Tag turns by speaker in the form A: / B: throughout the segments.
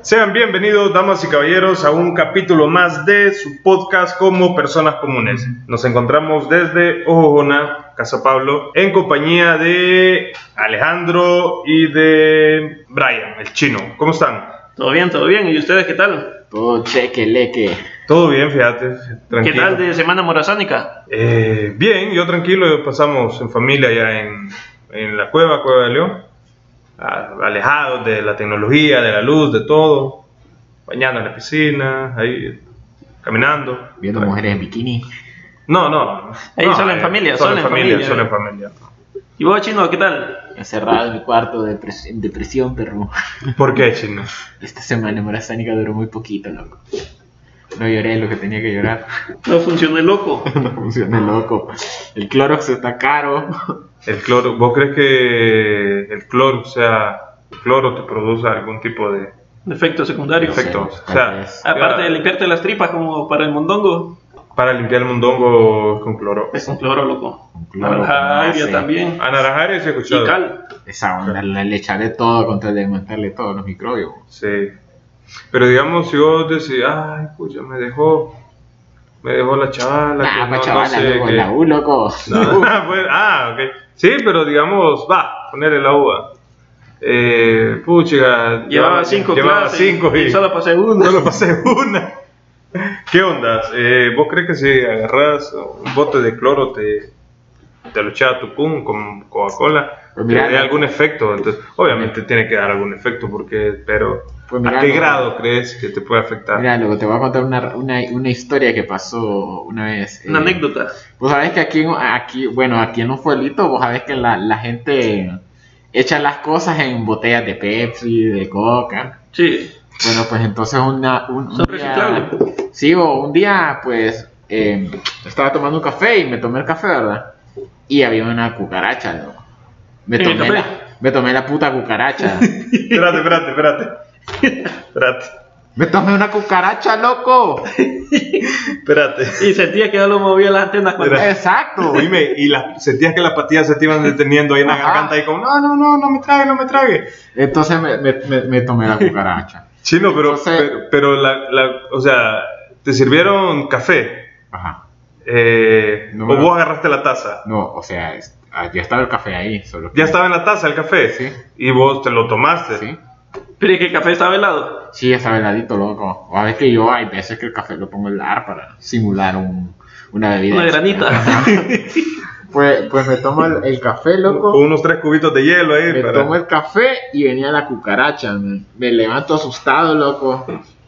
A: Sean bienvenidos, damas y caballeros, a un capítulo más de su podcast como personas comunes. Nos encontramos desde Ojojona, Casa Pablo, en compañía de Alejandro y de Brian, el chino. ¿Cómo están?
B: Todo bien, todo bien. ¿Y ustedes qué tal?
C: Todo chequeleque.
A: Todo bien, fíjate, tranquilo.
B: ¿Qué tal de Semana Morazánica?
A: Eh, bien, yo tranquilo, pasamos en familia allá en, en la cueva, Cueva de León, a- alejados de la tecnología, de la luz, de todo, bañando en la piscina, ahí caminando.
C: Viendo mujeres en bikini.
A: No, no.
B: Ahí
A: no,
B: solo en
A: eh,
B: familia,
A: solo
B: solo
A: en
B: en
A: familia,
B: familia.
A: solo en familia.
B: ¿Y vos, Chino, qué tal?
C: Encerrado en mi cuarto de pres- en depresión, perro.
A: ¿Por qué, chino?
C: Esta semana morazánica duró muy poquito, loco. No lloré lo que tenía que llorar.
B: No funcionó el loco.
C: No funciona, loco. El Clorox está caro.
A: El cloro, ¿vos crees que el cloro, o sea, el cloro te produce algún tipo de
B: Efecto secundario.
A: efecto?
C: No sé,
A: o sea,
C: tal
B: Aparte de limpiarte las tripas como para el mondongo,
A: para limpiar el mondongo es con cloro.
B: es un cloro, loco.
C: Con cloro, con
B: Naranja agria
C: ace.
B: también.
A: Anaranjar se ha escuchado.
B: Y cal.
C: Esa onda, le, le echaré todo contra de matarle todos los microbios.
A: Sí. Pero digamos, si vos decís, ay, pues ya me dejó, me dejó la chavala,
C: Nah,
A: que
C: pues,
A: no,
C: chavala,
A: no sé
C: loco,
A: qué".
C: la U, loco.
A: No, pues, ah, ok. Sí, pero digamos, va, ponerle la uva. Eh, puchiga,
B: Llevaba cinco
A: llevaba
B: clases
A: cinco y,
B: solo pasé uno.
A: solo pasé una. ¿Qué ondas? Eh, ¿Vos crees que si agarras un bote de cloro te, te lo echas a tu pum con Coca-Cola,
C: Pues
A: te
C: mira,
A: dé
C: no.
A: algún efecto? Entonces, obviamente tiene que dar algún efecto, porque, pero,
C: Pues
A: ¿a
C: mira,
A: qué
C: no.
A: grado crees que te puede afectar?
C: Mira, loco, te voy a contar una, una, una historia que pasó una vez.
B: Una
C: eh,
B: anécdota.
C: Vos sabés que aquí, en- aquí bueno, aquí en un pueblito, vos sabés que la, la gente echa las cosas en botellas de Pepsi, de Coca.
B: Sí.
C: Bueno, pues entonces una, un, un
B: Son
C: día...
B: reciclables.
C: Sí, o un día, pues, eh, estaba tomando un café y me tomé el café, ¿verdad? Y había una cucaracha, loco. Me
B: ¿En el
C: tomé, la,
B: café?
C: me tomé la puta cucaracha.
A: Espérate, espérate, espérate. Espérate,
C: me tomé una cucaracha, loco.
A: espérate.
B: Y sentía que ya lo movía las antenas cuando...
A: Era-
C: Exacto.
A: Dime, y las sentías que las patillas se te iban deteniendo ahí en la
C: Ajá.
A: garganta y como, no, no, no, no me trague, no me trague.
C: Entonces me, me, me- me tomé la cucaracha.
A: Chino, pero,
C: Entonces-
A: pero, pero la, la- o sea, te sirvieron café
C: Ajá.
A: eh,
C: No
A: o
C: me-
A: vos agarraste la taza.
C: No, o sea, es- ah, ya estaba el café ahí, solo que-
A: Ya estaba en la taza el café
C: Sí.
A: y vos te lo tomaste.
C: Sí,
B: Pero es que el café estaba helado.
C: sí, ya estaba heladito, loco. O a veces que yo, hay veces que el café lo pongo helar para simular un, una bebida.
B: Una
C: extra.
B: granita.
C: Pues, pues me tomo el, el café,
A: Con
C: loco.
A: unos tres cubitos de hielo ahí.
C: Me
A: para-
C: tomo el café y venía la cucaracha. Me, me levanto asustado, loco.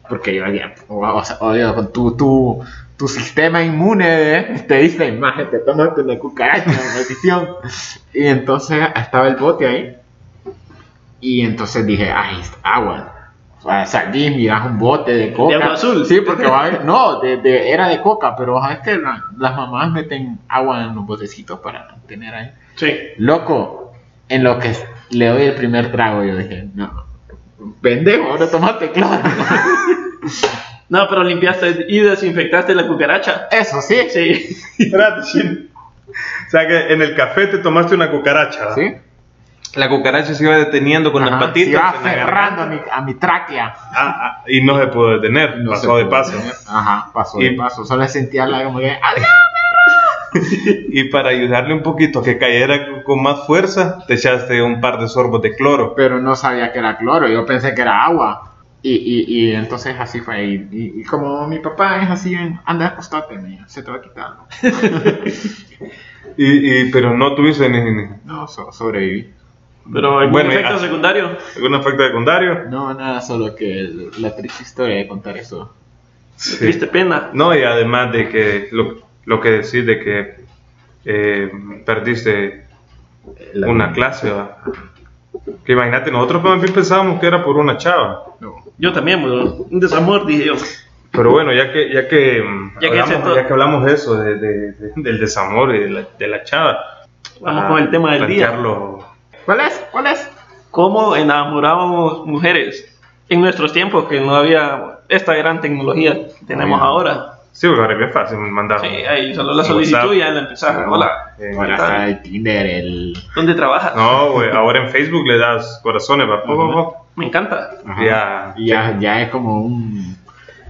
C: Porque yo había, o- o sea, odio, con tu, tu, tu sistema inmune, ¿eh? te dice, imagen, te tomas una cucaracha, maldición. Y entonces estaba el bote ahí. Y entonces dije, ay, es agua. O sea, salí, mirás un bote de coca.
B: agua azul.
C: Sí, porque va a haber- no, de- de- era de coca, pero sabes que la- las mamás meten agua en los botecitos para tener ahí.
B: sí.
C: Loco, en lo que le doy el primer trago, yo dije, no, pendejo, ahora tomaste claro.
B: No, pero limpiaste y desinfectaste la cucaracha.
C: Eso sí, sí.
B: Sí.
A: Espérate, Chino. O sea que en el café te tomaste una cucaracha. La cucaracha se iba deteniendo con
C: Ajá,
A: las patitas.
C: se iba
A: en la
C: aferrando a
A: garganta.
C: mi, a mi tráquea.
A: Ah, ah, y no se pudo detener,
C: No se
A: pasó
C: pudo
A: de paso.
C: detener. Ajá, pasó
A: Y-
C: de paso. Solo sentía la como que, ¡adiós!
A: Y para ayudarle un poquito a que cayera con más fuerza, te echaste un par de sorbos de cloro.
C: pero no sabía que era cloro, yo pensé que era agua. Y, y, y entonces así fue. Y, y- y como mi papá es así, anda, acostate, me dijo, se te va a quitar.
A: Y, y- pero no tuviste ni, ni-
C: No, so- sobreviví.
B: Pero algún
A: Bueno,
B: efecto
A: ah.
B: secundario.
A: algún efecto secundario.
C: No, nada, solo que el- la triste historia de contar eso.
A: Sí.
B: Triste pena.
A: No, y además de que lo, lo que decís de que eh, perdiste
C: La-
A: una clase, ¿va? Que imagínate, nosotros también pensábamos que era por una chava.
C: No.
B: Yo también, bro. Un desamor, dije yo.
A: Pero bueno, ya que, ya que, mm,
B: Ya que
A: hablamos,
B: se to-
A: ya que hablamos de eso, de- de- de- del desamor y de la, de la chava.
B: Vamos
A: a
B: con el tema del día.
A: plantearlo.
C: ¿Cuál es? ¿Cuál es?
B: ¿Cómo enamorábamos mujeres en nuestros tiempos que no había esta gran tecnología que tenemos
C: Obvio.
B: ahora?
A: Sí, porque ahora es bien fácil mandar.
B: Sí, ahí solo la
A: un
B: solicitud
A: WhatsApp.
B: y ya la empezaba. Ah, Hola,
A: Eh,
C: Ahora está el Tinder, el.
B: ¿dónde trabajas?
A: No, güey, ahora en Facebook le das corazones, va, po, po, po.
B: Me encanta.
C: Ajá.
A: Ya.
C: Y ya, ya es como un.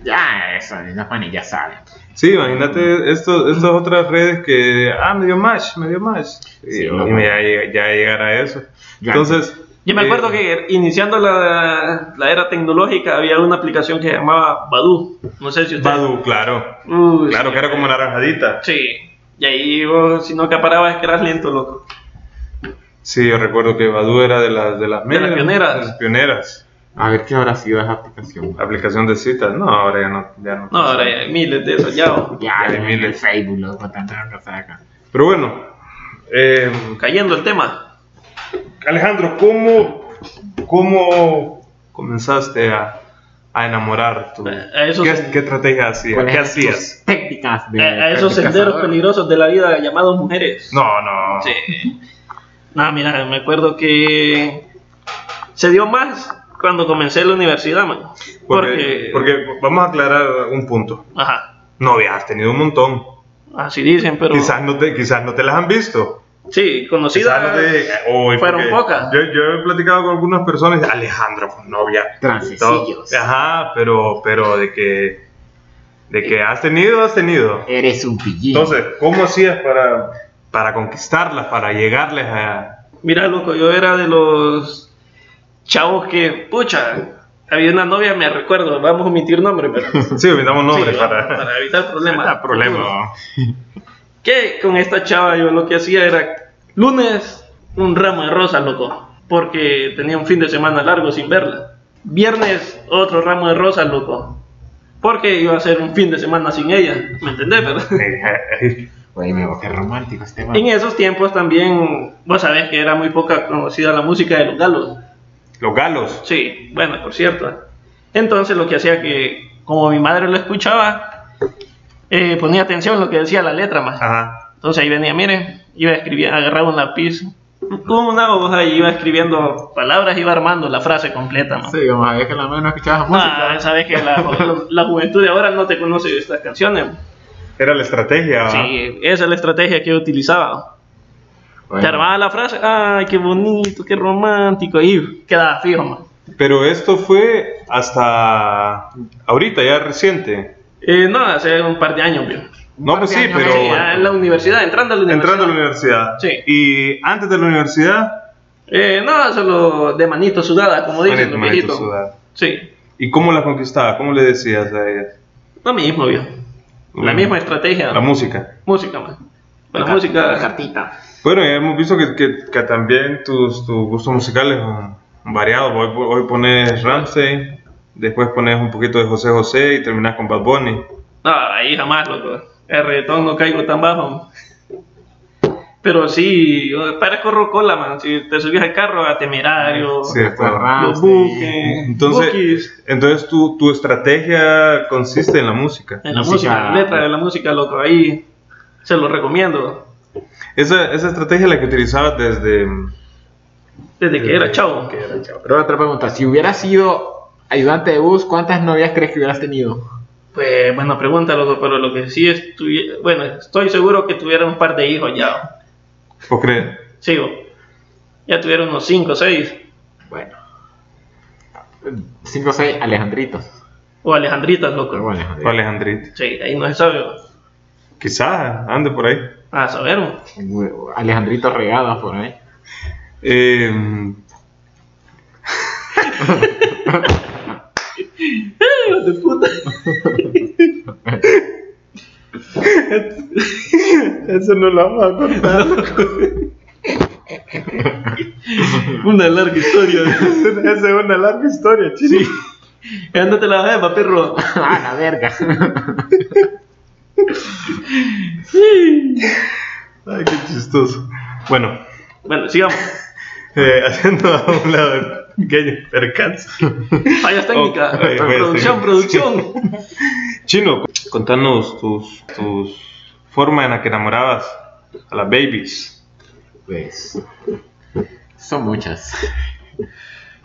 C: Ya, eso, los manes ya saben.
A: Sí, imagínate esto- estas otras redes que, ah, me dio match, me dio match.
C: Sí,
A: y
C: loco.
A: y ya, ya llegar a eso.
C: Ya.
A: Entonces...
B: Yo me
A: eh,
B: acuerdo que iniciando la, la era tecnológica había una aplicación que se llamaba Badu. No sé si usted.
A: Badu, claro.
B: Uy,
A: Claro
B: sí.
A: que era como naranjadita.
B: Sí. Y ahí vos, si no acaparabas, que eras lento, loco.
A: Sí, yo recuerdo que Badu era de las de las,
B: De las pioneras.
A: de las pioneras.
C: A ver qué habrá sido esa aplicación.
A: Aplicación de citas. No, ahora ya no. Ya no.
B: No, ahora ya hay miles de esas, ya. vos.
C: Ya,
A: Ya,
C: en
A: miles.
C: el Facebook, loco, tantas cosas acá.
A: Pero bueno, eh,
B: Cayendo el tema.
A: Alejandro, ¿cómo, cómo comenzaste a, a enamorar tu...
B: Eh, A esos-
A: ¿Qué, qué estrategia hacías?
C: ¿Cuáles
A: ¿Qué
C: son tus
A: hacías?
C: Técnicas de.
B: a, a Eh, esos
C: del
B: senderos
C: cazador?
B: peligrosos de la vida llamados mujeres.
A: No, no.
B: Sí. No, mira, me acuerdo que se dio más cuando comencé la universidad, man.
A: Porque,
B: Porque,
A: porque vamos a aclarar un punto.
B: ajá,
A: Novias has tenido un montón.
B: así dicen, pero
A: Quizás, no te, quizás no te las han visto.
B: sí, conocidas.
A: Quizás no te- Uy,
B: fueron
A: porque
B: pocas.
A: Yo, yo he platicado con algunas personas, Alejandro con novia. y todo.
C: Transecillos.
A: Ajá, pero, pero de que, de que has tenido, has tenido.
C: Eres un pillín.
A: Entonces, ¿cómo hacías para, para conquistarlas, para llegarles a...
B: Mira, loco, yo era de los chavos que, pucha, había una novia, me recuerdo, vamos a omitir nombre, pero
A: Sí, olvidamos nombres
B: Sí,
A: para...
B: para evitar problemas.
A: Ah, problema.
B: que con esta chava yo lo que hacía era lunes un ramo de rosas, loco, porque tenía un fin de semana largo sin verla. Viernes otro ramo de rosas, loco, porque iba a ser un fin de semana sin ella, ¿me entendés? verdad?
A: eh,
C: Güey, me qué romántico este man.
B: en esos tiempos también, vos sabés que era muy poca conocida la música de los galos.
A: Los galos.
B: Sí, bueno, por cierto. Entonces lo que hacía que, como mi madre lo escuchaba, eh, ponía atención a lo que decía la letra más.
A: Ajá.
B: Entonces ahí venía, mire, iba escribiendo, agarraba un lápiz, con una hoja y iba escribiendo palabras, iba armando la frase completa. man.
C: Sí, vamos a ver que la menos no escuchabas música.
B: Ah, sabes que la, ju- la juventud de ahora no te conoce estas canciones.
A: Era la estrategia.
B: Sí, esa es la estrategia que yo utilizaba. Te
C: Bueno,
B: armaba la frase, ay, qué bonito, qué romántico, y quedaba fijo. man.
A: Pero esto fue hasta ahorita, ya reciente.
B: Eh, no, hace un par de años, vio.
A: No, pues sí,
C: años,
A: pero...
B: Sí, ya en la universidad, entrando a la universidad.
A: Entrando a la universidad.
B: Sí.
A: Y antes de la universidad,
B: Eh, no, solo de manito sudada, como dicen
A: manito,
B: los
A: manito
B: viejitos.
A: sudada.
B: Sí,
A: ¿Y cómo la conquistaba? ¿Cómo le decías a ella?
B: lo mismo, vio. La
A: Bueno,
B: misma estrategia.
A: La música.
B: música, man. La,
C: ca- la
B: música.
C: cartita.
A: Bueno, ya hemos visto que, que- que también tus, tus gustos musicales son variados. Hoy, hoy pones Ramsey, después pones un poquito de José José y terminas con Bad Bunny.
B: No, ahí jamás, loco. El reggaetón no caigo tan bajo. man. Pero sí, yo parezco Rocola, man. Si te subías al carro a Temerario,
A: Sí, de acuerdo.
C: Ferran,
B: los
C: sí.
B: buques,
A: Entonces-
B: Bukis,
A: Entonces tu, tu estrategia consiste en la música.
B: En la
C: música-
B: música, la letra de la música, loco. Ahí se lo recomiendo.
A: Esa, esa estrategia la que utilizabas desde...
B: Desde que era chavo.
A: que era chavo.
C: Pero otra pregunta, si hubieras sido ayudante de bus, ¿cuántas novias crees que hubieras tenido?
B: Pues buena pregunta, loco, pero lo que sí estuviera, bueno, estoy seguro que tuviera un par de hijos ya.
A: ¿Vos crees?
B: Sigo. Ya tuviera unos 5 o 6.
C: Bueno. 5 o 6 Alejandritos.
B: O Alejandritas,
C: Pero
B: loco.
C: bueno, Alejandrito.
A: Alejandrito.
B: Sí, ahí no se sabe. ¿no?
A: Quizás ande por ahí.
B: A saber. ¿no?
C: Huevo, Alejandritos regados por ahí.
A: Eh,
B: Hijo de puta.
A: Eso no lo vamos a cortar.
B: Una larga historia.
A: Esa es una larga historia, chiri.
B: Ándate la jeva, perro.
C: ah, la verga.
A: Ay, qué chistoso. Bueno,
B: Bueno, sigamos.
A: eh, haciendo a un lado el pequeño percance.
B: Fallas técnicas.
A: Oh, ay, fallas técnicas.
B: producción, producción.
A: Chino, contanos tus, tus formas en las que enamorabas a las babies.
C: Pues. Son muchas.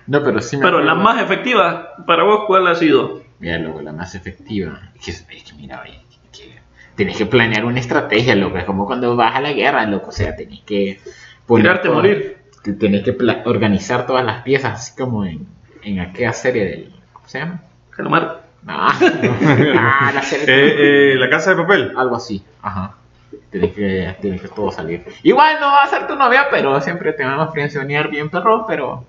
C: No, pero sí me
B: Pero la
C: acuerdo.
B: más efectiva, para vos, ¿cuál ha sido?
C: Mira, loco, la más efectiva. Es que, es que mira, oye, que- que tienes que planear una estrategia, loco. Es como cuando vas a la guerra, loco. O sea, tenés que.
B: Tirarte a
C: todas-
B: morir.
C: que Tenés que pla- organizar todas las piezas, así como en, en en aquella serie del. ¿Cómo se llama?
B: Calamar.
C: No, Ah, la serie.
A: Eh, eh, la casa de papel.
C: Algo así, ajá. Tienes que, tienes que todo salir. Igual no va a ser tu novia, pero siempre te van a frencionear bien, perro, pero.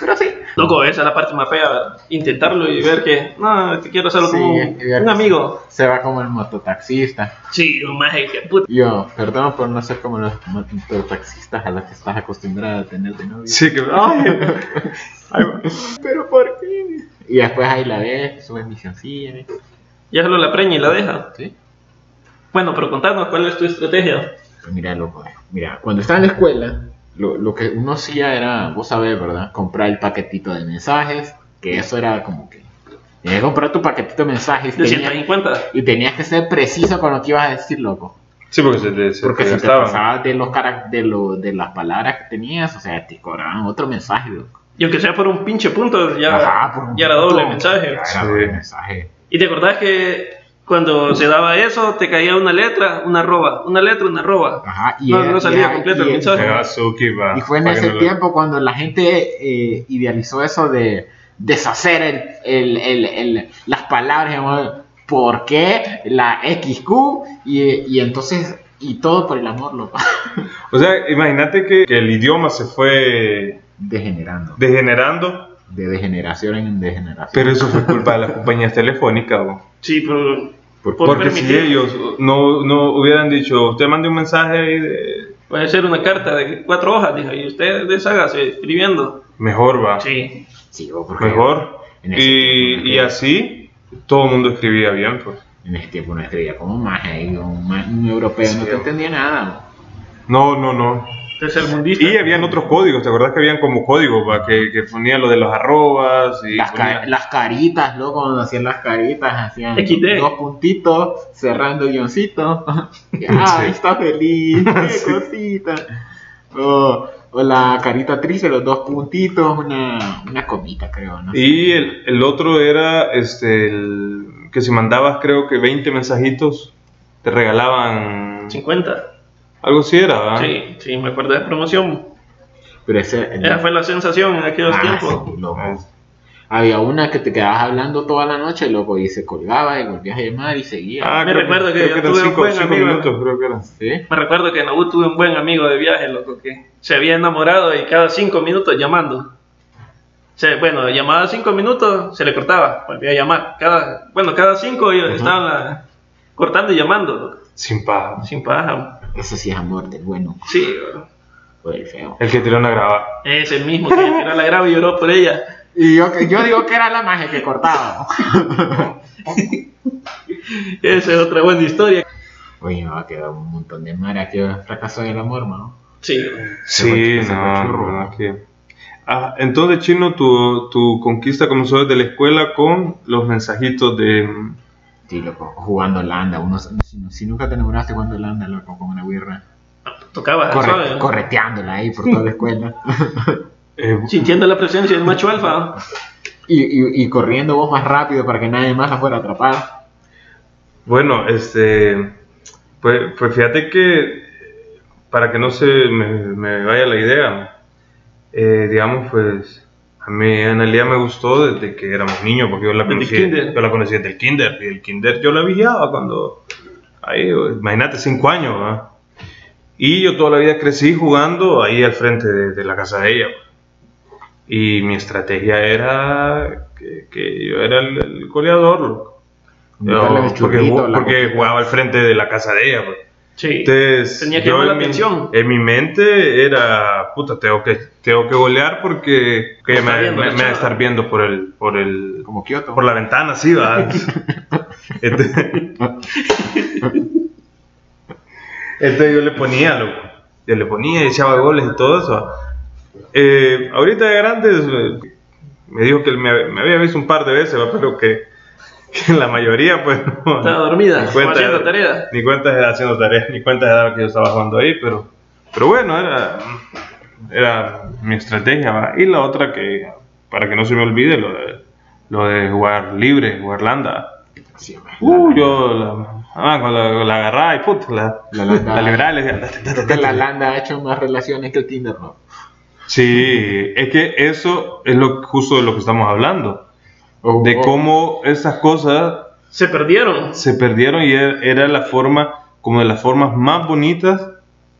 C: Pero sí.
B: Loco, esa es la parte más fea, ¿verdad? intentarlo y ver que, no, te quiero hacerlo
C: Sí,
B: como
C: y ver
B: un
C: que-
B: amigo.
C: Se va como el mototaxista.
B: Sí, un maje que puta.
C: Yo, perdón por no ser como los mototaxistas a los que estás acostumbrada a tener de novia.
A: Sí, que. Ay, ay,
C: Pero ¿por qué? Y después ahí la ves, subes misioncillas.
B: Ya solo la preña y la deja.
C: ¿Sí?
B: Bueno, pero contanos, ¿cuál es tu estrategia?
C: Pues mira, loco, eh. mira, cuando estaba en la escuela, lo, lo que uno hacía era, vos sabés, ¿verdad? Comprar el paquetito de mensajes, que eso era como que... Tenías que comprar tu paquetito de mensajes
B: De
C: tenía-
B: 150.
C: y tenías que ser preciso con lo que ibas a decir, loco.
A: Sí, porque se te, se
C: Porque
A: te
C: si te
A: gastaban.
C: pasabas de, los carac- de, lo- de las palabras que tenías, o sea, te cobraban otro mensaje, loco.
B: Y aunque sea por un pinche punto, ya,
C: Ajá, por un
B: ya era doble
C: punto.
B: mensaje.
C: Ya era
A: Sí.
C: doble mensaje.
B: ¿Y te acordás que cuando se daba eso, te caía una letra, una arroba, una letra, una arroba?
C: Ajá, y
B: No,
C: era-
B: no salía
C: y-
B: completo el
C: y-
B: mensaje.
A: Pedazo que va.
C: Y fue en
A: Para que
C: ese
A: no lo-
C: tiempo cuando la gente eh, idealizó eso de deshacer el- el- el- el- las palabras, digamos, ¿por qué? La XQ y, y entonces, y todo por el amor, loco,
A: O sea, imagínate que, que el idioma se fue
C: degenerando,
A: degenerando,
C: de degeneración en degeneración.
A: pero eso fue culpa de las compañías telefónicas. bo.
B: Sí, pero
C: Por-
B: por
A: Porque si
B: permitir-
A: ellos no, no hubieran dicho, usted mande un mensaje ahí de-
B: puede ser una carta de cuatro hojas, dijo, y usted deshágase escribiendo.
A: mejor va,
B: Sí.
C: Sí, o porque
A: mejor.
C: en ese
A: Y,
C: tiempo,
A: y
C: ¿no?
A: así todo el mundo escribía bien, pues.
C: En ese tiempo no escribía como más, ahí, como más un europeo
A: Sí,
C: no te
A: o-
C: entendía nada.
A: No, no, no.
B: Tercermundista.
A: Y habían otros códigos, ¿te acordás que habían como códigos va, que, que ponían lo de los arrobas? Y
C: Las, ca-
A: ponían-
C: las caritas, loco, cuando hacían las caritas, hacían
B: XD.
C: dos puntitos, cerrando guioncito. Y, ah,
A: Sí.
C: está feliz, qué
A: Sí.
C: cosita. O, o la carita triste, los dos puntitos, una, una comita, creo, ¿no?
A: Y el, el otro era este, el, que si mandabas creo que 20 mensajitos, te regalaban...
B: 50.
A: Algo así era, ¿verdad?
B: Sí, sí, me acuerdo de la promoción.
C: Pero ese...
B: Esa fue la sensación en aquellos
C: Ah,
B: tiempos.
C: sí, loco.
A: Ah.
C: Había una que te quedabas hablando toda la noche, loco, y se colgaba y volvías a llamar y seguía.
A: Ah,
B: Me
A: creo
B: recuerdo que
A: creo
B: yo
A: eran
B: tuve un
A: cinco,
B: buen
A: cinco
B: amigo.
A: minutos, creo que eran.
C: ¿Sí?
B: Me recuerdo que en la U tuve un buen amigo de viaje, loco, que se había enamorado y cada cinco minutos llamando. O sea, bueno, llamaba cinco minutos, se le cortaba, volvía a llamar. Cada, bueno, cada cinco ellos estaban ah, cortando y llamando, loco.
A: Sin paja.
B: Sin paja.
C: Eso sí es amor del bueno
B: Sí, bro.
C: o del feo.
A: El que tiró una grava.
B: es el mismo que tiró la grava y lloró por ella.
C: Y yo, yo digo que era la magia que cortaba.
B: Esa es otra buena historia.
C: Oye, me va a quedar un montón de mara que fracasó en el amor, mano.
B: Sí,
A: Sí,
C: Se fue- se fue
A: no,
C: churro.
A: no, es que- Ah, entonces, Chino, tu, tu conquista comenzó desde la escuela con los mensajitos de...
C: Sí, loco, jugando Holanda. Uno, si, si nunca te enamoraste jugando Holanda, loco, como una guirra.
A: Ah,
B: tocaba,
C: Corre-
B: ¿sabes?
C: correteándola ahí por toda la escuela.
A: eh,
B: Sintiendo la presencia del macho alfa.
C: y, y- y corriendo vos más rápido para que nadie más la fuera a atrapar.
A: bueno, este... Pues, pues fíjate que... Para que no se me, me vaya la idea, eh, digamos, pues... A mí Analia me gustó desde que éramos niños, porque yo la
B: Desde
A: conocí,
B: kinder.
A: yo la conocí desde el kinder, y el kinder yo la vigiaba cuando ahí, imagínate, cinco años, ¿va? Y yo toda la vida crecí jugando ahí al frente de, de la casa de ella. Y mi estrategia era que, que yo era el, el goleador, loco.
C: Meterle
A: Yo-
C: el
A: porque,
C: churrito,
A: ju-
C: la
A: porque
C: coquita.
A: jugaba al frente de la casa de ella. pues.
B: Sí.
A: Entonces,
B: Tenía que
A: yo
B: llamar la
A: en mi-
B: atención.
A: En mi mente era, puta, tengo que, tengo que golear porque que me,
B: Me está viendo
A: me-
B: la
A: me va a
B: chava.
A: estar viendo por el, por el,
C: Como Kioto.
A: por la ventana, sí, va. Este- Entonces este yo le ponía, loco. Yo le ponía y echaba goles y todo eso. Eh, ahorita de grandes, eh, me dijo que me, me había visto un par de veces, va, pero que, que la mayoría, pues no.
B: Estaba dormida,
A: Ni cuenta
B: haciendo
A: de-
B: tarea.
A: Ni cuenta de haciendo tareas, ni cuenta de daba que yo estaba jugando ahí, pero, pero bueno, era, era mi estrategia. va. Y la otra que, para que no se me olvide, lo de, lo de jugar libre, jugar landa.
C: Sí, hombre.
A: Uh, yo la, ah, cuando la, la agarraba y puta, la,
C: La landa.
A: la liberaba y le decía, "Date, date,
C: Creo que
A: date".
C: la Holanda ha hecho más relaciones que el Tinder, ¿no?
A: Sí, es que eso es lo justo de lo que estamos hablando,
C: O-
A: de
C: o-
A: cómo esas cosas
B: Se perdieron.
A: se perdieron y er- era la forma, como de las formas más bonitas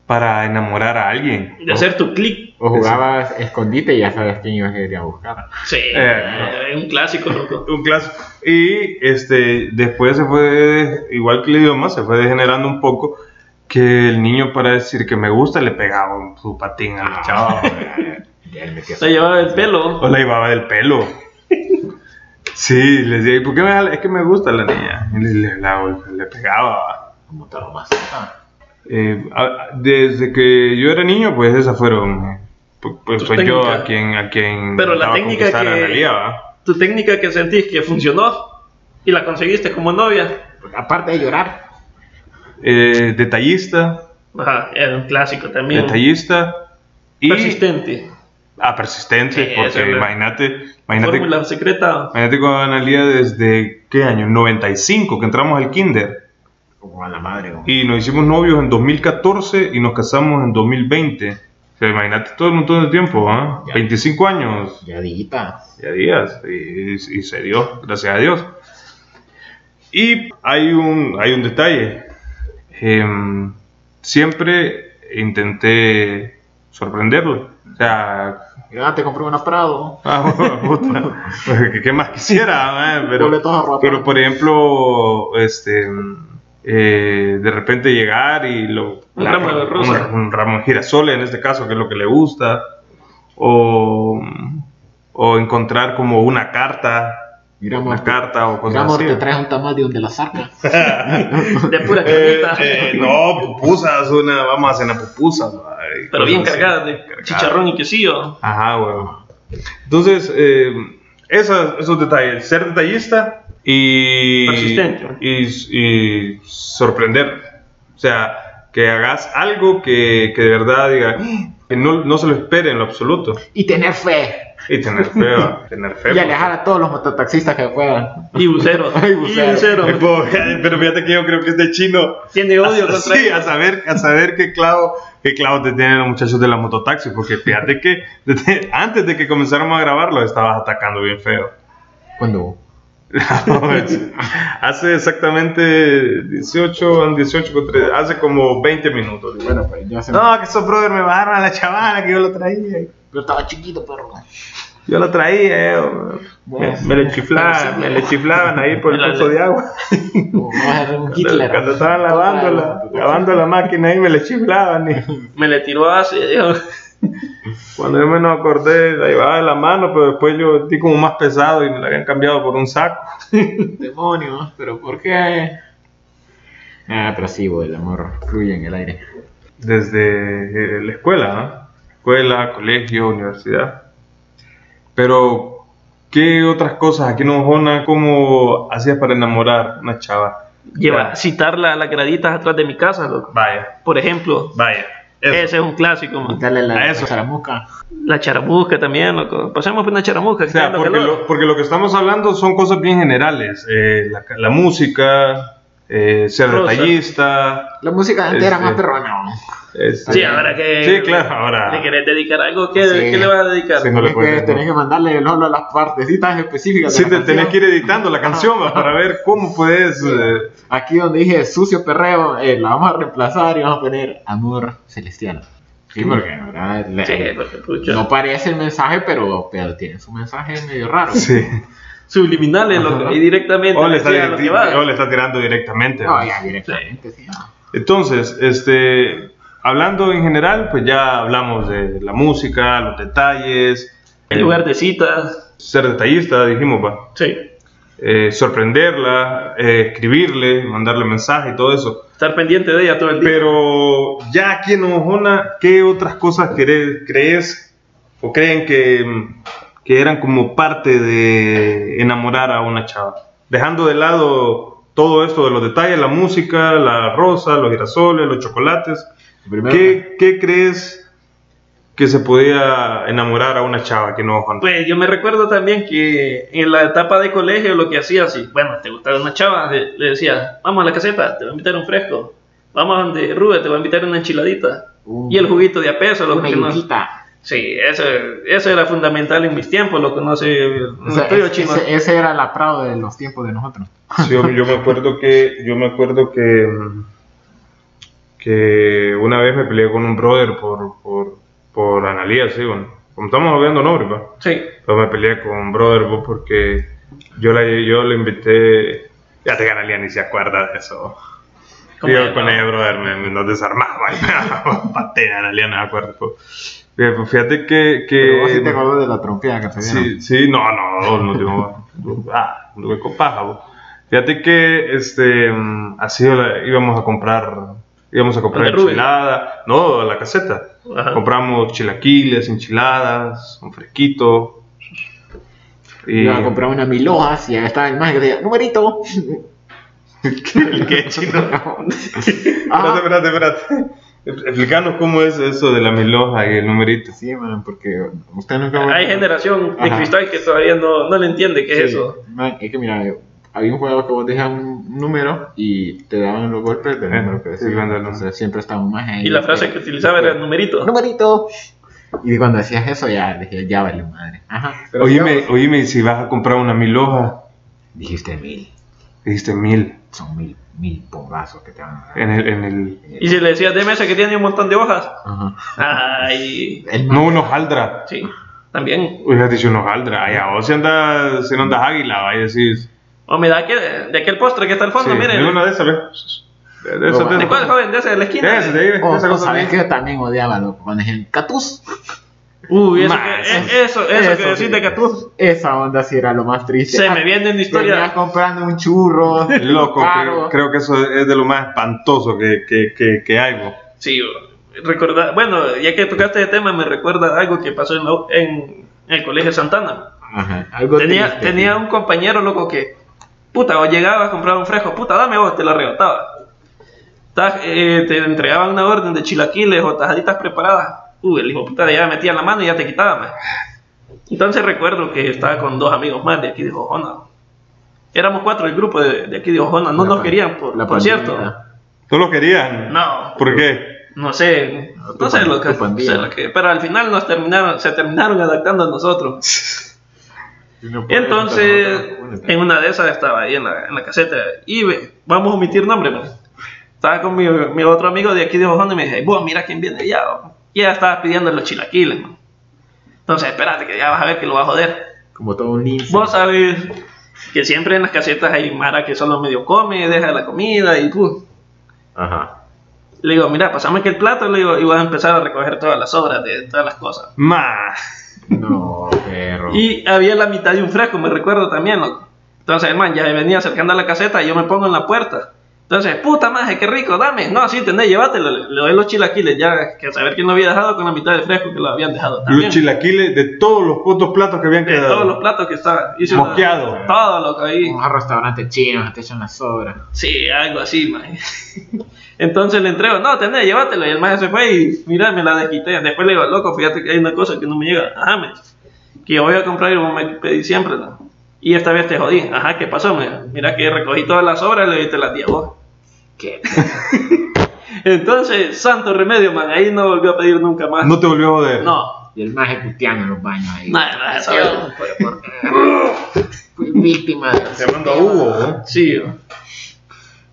A: para enamorar a alguien.
B: De hacer tu clic.
C: O jugabas escondite y ya sabes quién ibas a ir a buscar.
B: Sí,
A: Eh.
B: es un clásico, loco.
A: Un clásico. Y este, después se fue, igual que el idioma, se fue degenerando un poco. Que el niño, para decir que me gusta, le pegaba un- su patín
B: Ah.
A: al chavo.
C: Ya le metía
B: Se llevaba el pelo.
A: O la llevaba del pelo. Sí, le decía, ¿y por qué me jala? Es que me gusta la niña. Y le, le- la- le pegaba.
C: como traumas.
A: Eh, a- desde que yo era niño, pues esas fueron. Pues, pues
B: Tus
A: fue yo
B: técnicas.
A: a quien, a quien.
B: Pero la
A: intentaba
B: técnica
A: conquistar
B: que-
A: en realidad, ¿va?
B: Tu técnica que sentís que funcionó y la conseguiste como novia.
C: Pues, Aparte de llorar.
A: Eh, detallista.
B: Ajá, era un clásico también.
A: Detallista. Y,
B: Persistente.
A: Ah, persistente,
B: Sí, eso
A: porque
B: es.
A: imagínate, imagínate,
B: Fórmula secreta.
A: imagínate con Analia desde qué año, 95 que entramos al kinder
C: Como a la madre. como-
A: y nos hicimos novios en 2014 y nos casamos en 2020. O sea, imagínate todo un montón de tiempo, ¿ah?
C: Ya.
A: 25 años,
C: Ya digita.
A: ya días, y, y- y se dio, gracias a Dios. Y hay un, hay un detalle, Em, siempre intenté sorprenderlo, o sea,
C: Mira, te compré una Prado.
A: Ah, bueno, puta. ¿Qué- ¿Qué más quisiera? man? Pero,
C: Boletos a rato.
A: pero, por ejemplo, este, eh, de repente llegar y lo,
B: Un ramo de rosa.
A: Un, un ramo de girasoles en este caso, que es lo que le gusta. O, o encontrar como una carta,
C: Mira, amor,
A: una carta o
C: mira,
A: cosas
C: amor,
A: así.
C: te traes un tamal de donde la sacas.
B: De pura
A: Eh,
B: carnita.
A: eh, no, pupusas, una, vamos a cenar pupusas. ay,
B: pero bien
A: cosas así.
B: cargada de
A: Cargada.
B: chicharrón y quesillo.
A: Ajá, huevo. Entonces, eh, esas- esos detalles, ser detallista y,
B: Persistente.
A: y, y sorprender. O sea, que hagas algo que, que de verdad diga, "Ah", que no, no se lo espere en lo absoluto.
C: Y tener fe.
A: Y tener fe, va, tener fe.
C: Y alejar a todos los mototaxistas que puedan.
B: Y bucero.
C: Ay, bucero.
B: Y bucero.
A: Ay, pobre, Pero fíjate que yo creo que este chino
B: Tiene odio
A: a,
B: contra
A: sí,
B: ellos.
A: a saber, a saber qué clavo, qué clavo te tienen los muchachos de la mototaxi, porque fíjate que desde- antes de que comenzáramos a grabarlo estabas atacando bien feo.
C: Cuando
A: hace exactamente 18, 18, con tres- hace como 20 minutos. digo.
C: Bueno, pues yo hace-
A: No, que esos brother me bajaron a la chavala que yo lo traía.
C: Yo estaba chiquito, perro.
A: Yo lo traía, eh, me, me le chiflaban, me le chiflaban ahí por el pozo de agua.
C: Como vas a ser un Hitler.
A: Cuando estaban lavando la, lavando la máquina ahí me le chiflaban. y
B: Me le tiró así. dijo.
A: cuando yo menos acordé, la llevaba de la mano, pero después yo di como más pesado y me la habían cambiado por un saco.
C: Demonios, pero ¿por qué? Ah, pero sí, güey, el amor fluye en el aire.
A: desde eh, la escuela, ¿no? Escuela, colegio, universidad. Pero, ¿qué otras cosas aquí en Ojona, cómo hacías para enamorar una chava?
B: Lleva, citarla a las graditas atrás de mi casa, loco.
A: Vaya,
B: Por ejemplo,
A: vaya.
B: ese es un clásico, man.
C: Quitarle
A: A
C: la
A: eso.
C: zaramusca.
B: La charamusca también, loco. Pasemos por una charamusca.
A: O sea, porque lo, porque lo que estamos hablando son cosas bien generales. eh, la, la música, eh, ser
B: Rosa.
A: detallista.
C: La música antes era
A: Este.
C: más perrona.
A: este-
B: Sí, ahora que.
A: Sí, claro, ahora.
B: ¿Le querés dedicar algo? ¿Qué,
C: Sí.
B: qué le vas a dedicar?
A: Sí, no le
C: Tenés
A: puedes
C: que,
A: decir,
C: tenés que mandarle el olo a las partecitas específicas. de
A: Sí,
C: la
A: te tenés
C: canción.
A: que ir editando la canción va, para ver cómo puedes. eh,
C: Aquí donde dije sucio perreo, eh, la vamos a reemplazar y vamos a poner amor celestial. Sí, porque la verdad, la- eh,
B: Sí, pues, porque pucha.
C: no parece el mensaje, pero, pero tiene su mensaje medio raro.
A: sí.
B: Subliminales, loco. Y directamente.
A: O le,
B: decía
A: está
B: lo que
A: directi-
B: va.
A: o le está tirando directamente.
C: No,
A: ¿no?
C: ya directamente, sí. no.
A: Entonces, este, hablando en general, pues ya hablamos de la música, los detalles,
B: En lugar de citas.
A: ser detallista, dijimos, va,
B: Sí.
A: eh, sorprenderla, eh, escribirle, mandarle mensaje y todo eso.
B: Estar pendiente de ella todo el día.
A: Pero ya aquí en Ojona, ¿qué otras cosas querés- crees o creen que, mm, que eran como parte de enamorar a una chava? Dejando de lado todo esto de los detalles, la música, la rosa, los girasoles, los chocolates.
C: Primero,
A: ¿Qué, qué crees que se podía enamorar a una chava que no Juan?
B: Pues yo me recuerdo también que en la etapa de colegio lo que hacía así, bueno, te gustaba una chava, le le decía, vamos a la caseta, te voy a invitar un fresco, vamos a donde Rubén, te voy a invitar una enchiladita
C: Uh.
B: y el juguito de a peso, lo
C: una
B: que no.
C: yuquita.
B: Sí, eso, eso era fundamental en mis tiempos, lo que no sé.
C: O sea,
B: el tuyo,
C: ese,
B: chino.
C: ese- ese era la Prado de los tiempos de nosotros.
A: Sí, yo, yo me acuerdo que yo me acuerdo que mm, que una vez me peleé con un brother por por por Analía, sí, bueno, como estamos hablando nombres, pa.
B: Sí.
A: Pero me peleé con un brother pues, porque yo la yo lo invité ya te ganaría ni se acuerda de eso.
B: ¿Cómo
A: Digo,
B: era?
A: con ella, brother, me, me- nos desarmaba y me daba patea, Analía no me acuerdo. pues. Eh, pues, Fíjate que, que
C: Pero vos sí te acordás de la trompeada que te dieron.
A: Sí, sí, no, no, no, no tengo. Ah, un hueco paja, bo. Fíjate que este mm, así la- íbamos a comprar íbamos a comprar
B: ¿Al de Rubio? Ah.
A: enchilada, no, a la caseta.
B: Ajá.
A: Compramos chilaquiles, enchiladas, un fresquito. Y
C: Iba a comprar una miloja y ahí estaba el más que decía, numerito.
A: el que chino.
C: Ah.
A: Espérate, espérate, espérate. Explícanos cómo es eso de la miloja y el numerito.
C: Sí, man, porque usted nunca...
B: Hay generación de
C: Ajá.
B: cristal que todavía no, no le entiende qué es
C: Sí,
B: eso.
C: man, es que mira, había un juego que vos dejas un número y te daban los golpes del
A: Eh,
C: número que
A: sí,
C: decías.
A: cuando no.
C: Entonces siempre estaba un más ahí.
B: Y la frase que utilizaba era numerito.
C: numerito. Y cuando decías eso ya dije, ya vale madre. Ajá. Pero
A: Oíme,
C: sigamos.
A: oíme, y si vas a comprar una miloja,
C: Dijiste mil.
A: dijiste mil
C: Son mil, mil porrazos que te van a dar.
A: en el, en el
B: Y si le decías de mesa que tiene un montón de hojas.
C: Ajá.
B: Ay,
C: El
A: no unos haldra.
B: sí, también.
A: Hubieras dicho unos haldra. Allá vos si andas, si no andas águila, vaya decís.
B: O me da aquel- de aquel postre que está al fondo,
A: sí,
B: miren.
A: de una de esas, ve. De, de esas,
C: Toma.
B: ¿De cuál, joven? ¿De ese de la
A: De
B: esquina?
A: esas, de ahí, ve.
C: O,
A: De esas cosas
C: o Oh, sabes
A: bien.
C: que yo también odiaba loco cuando decían Catus.
B: Uy, eso,
A: Ma,
B: que, eh, eso, eso, que decís
C: sí.
B: de Catuz.
C: Esa onda sí era lo más triste.
B: Se
C: Ah,
B: me viene una
C: Venías
B: historia.
C: comprando un churro.
A: Loco,
C: caro.
A: creo, creo que eso es de lo más espantoso que, que, que, que hay, vos.
B: Sí, recordar. Bueno, ya que tocaste el tema, me recuerda algo que pasó en, la- en el Colegio Santana.
C: Ajá. Algo
B: Tenía,
C: triste,
B: tenía
C: sí.
B: un compañero loco que, puta, vos llegabas, comprabas un fresco, puta, dame vos, te lo arrebataba. Ta- eh, te entregaban una orden de chilaquiles o tajaditas preparadas. Uy, el hijo puta ya metía la mano y ya te quitaba. ma. Entonces recuerdo que estaba con dos amigos más de aquí de Ojona. Éramos cuatro el grupo de, de aquí de Ojona, no
C: La
B: nos
C: pan-
B: querían, por,
C: la
B: por cierto.
C: pandilla.
A: ¿No lo querían?
B: No,
A: ¿Por qué?
B: no sé,
C: Ah, tu
B: no sé
C: pan-
B: lo que,
C: tu pandilla.
B: sé lo que- pero al final nos terminaron, se terminaron adaptando a nosotros.
C: Si no puedes,
B: Entonces,
C: no, no, no,
B: en una de esas estaba ahí en la, en la caseta y ve- vamos a omitir nombre, pues. Estaba con mi, mi otro amigo de aquí de Ojón y me dice, vos mira quién viene ya. o". Y ella estaba pidiendo los chilaquiles, man. Entonces, espérate que ya vas a ver que lo va a joder.
C: Como todo un lince.
B: Vos sabés que siempre en las casetas hay Mara que solo medio come, deja la comida y pues.
C: Ajá.
B: Le digo, mira, pasame aquí el plato le digo, y vas a empezar a recoger todas las sobras de todas las cosas.
A: Más.
C: No, perro.
B: Y había la mitad de un fresco, me recuerdo también, loco. Entonces, el man ya venía acercando a la caseta y yo me pongo en la puerta. Entonces, puta maje, qué rico, dame. No, así tenés, llévatelo. Le, le doy los chilaquiles, ya que a saber quién lo había dejado con la mitad de fresco que lo habían dejado también.
A: Los chilaquiles de todos los putos platos que habían
B: de
A: quedado.
B: todos los platos que estaban. Hice una-
A: Mosqueado.
B: Todo loco ahí.
C: Vamos a restaurantes chinos, te echan las sobras.
B: Sí, algo así, maje. Entonces le entrego, no, tenés, llévatelo. Y el maje se fue y mira, me la desquité. Después le digo, loco, fíjate que hay una cosa que no me llega. Ajá, me. Que voy a comprar y vos me pedí siempre, ¿no? Y esta vez te jodí. Ajá, ¿qué pasó, me? Mira que recogí todas las obras y le diste las 10 vos.
C: ¿Qué?
B: Entonces, santo remedio, man. Ahí no volvió a pedir nunca más.
A: No te volvió a joder.
B: No.
C: Y el más ejecuteando en los baños ahí.
B: Nada, nada,
C: Yo,
B: ¿sabes?
C: pero ¿por qué? Fui víctima del
A: Se manda
C: sistema.
A: Hugo, ¿eh?
B: Sí, yo.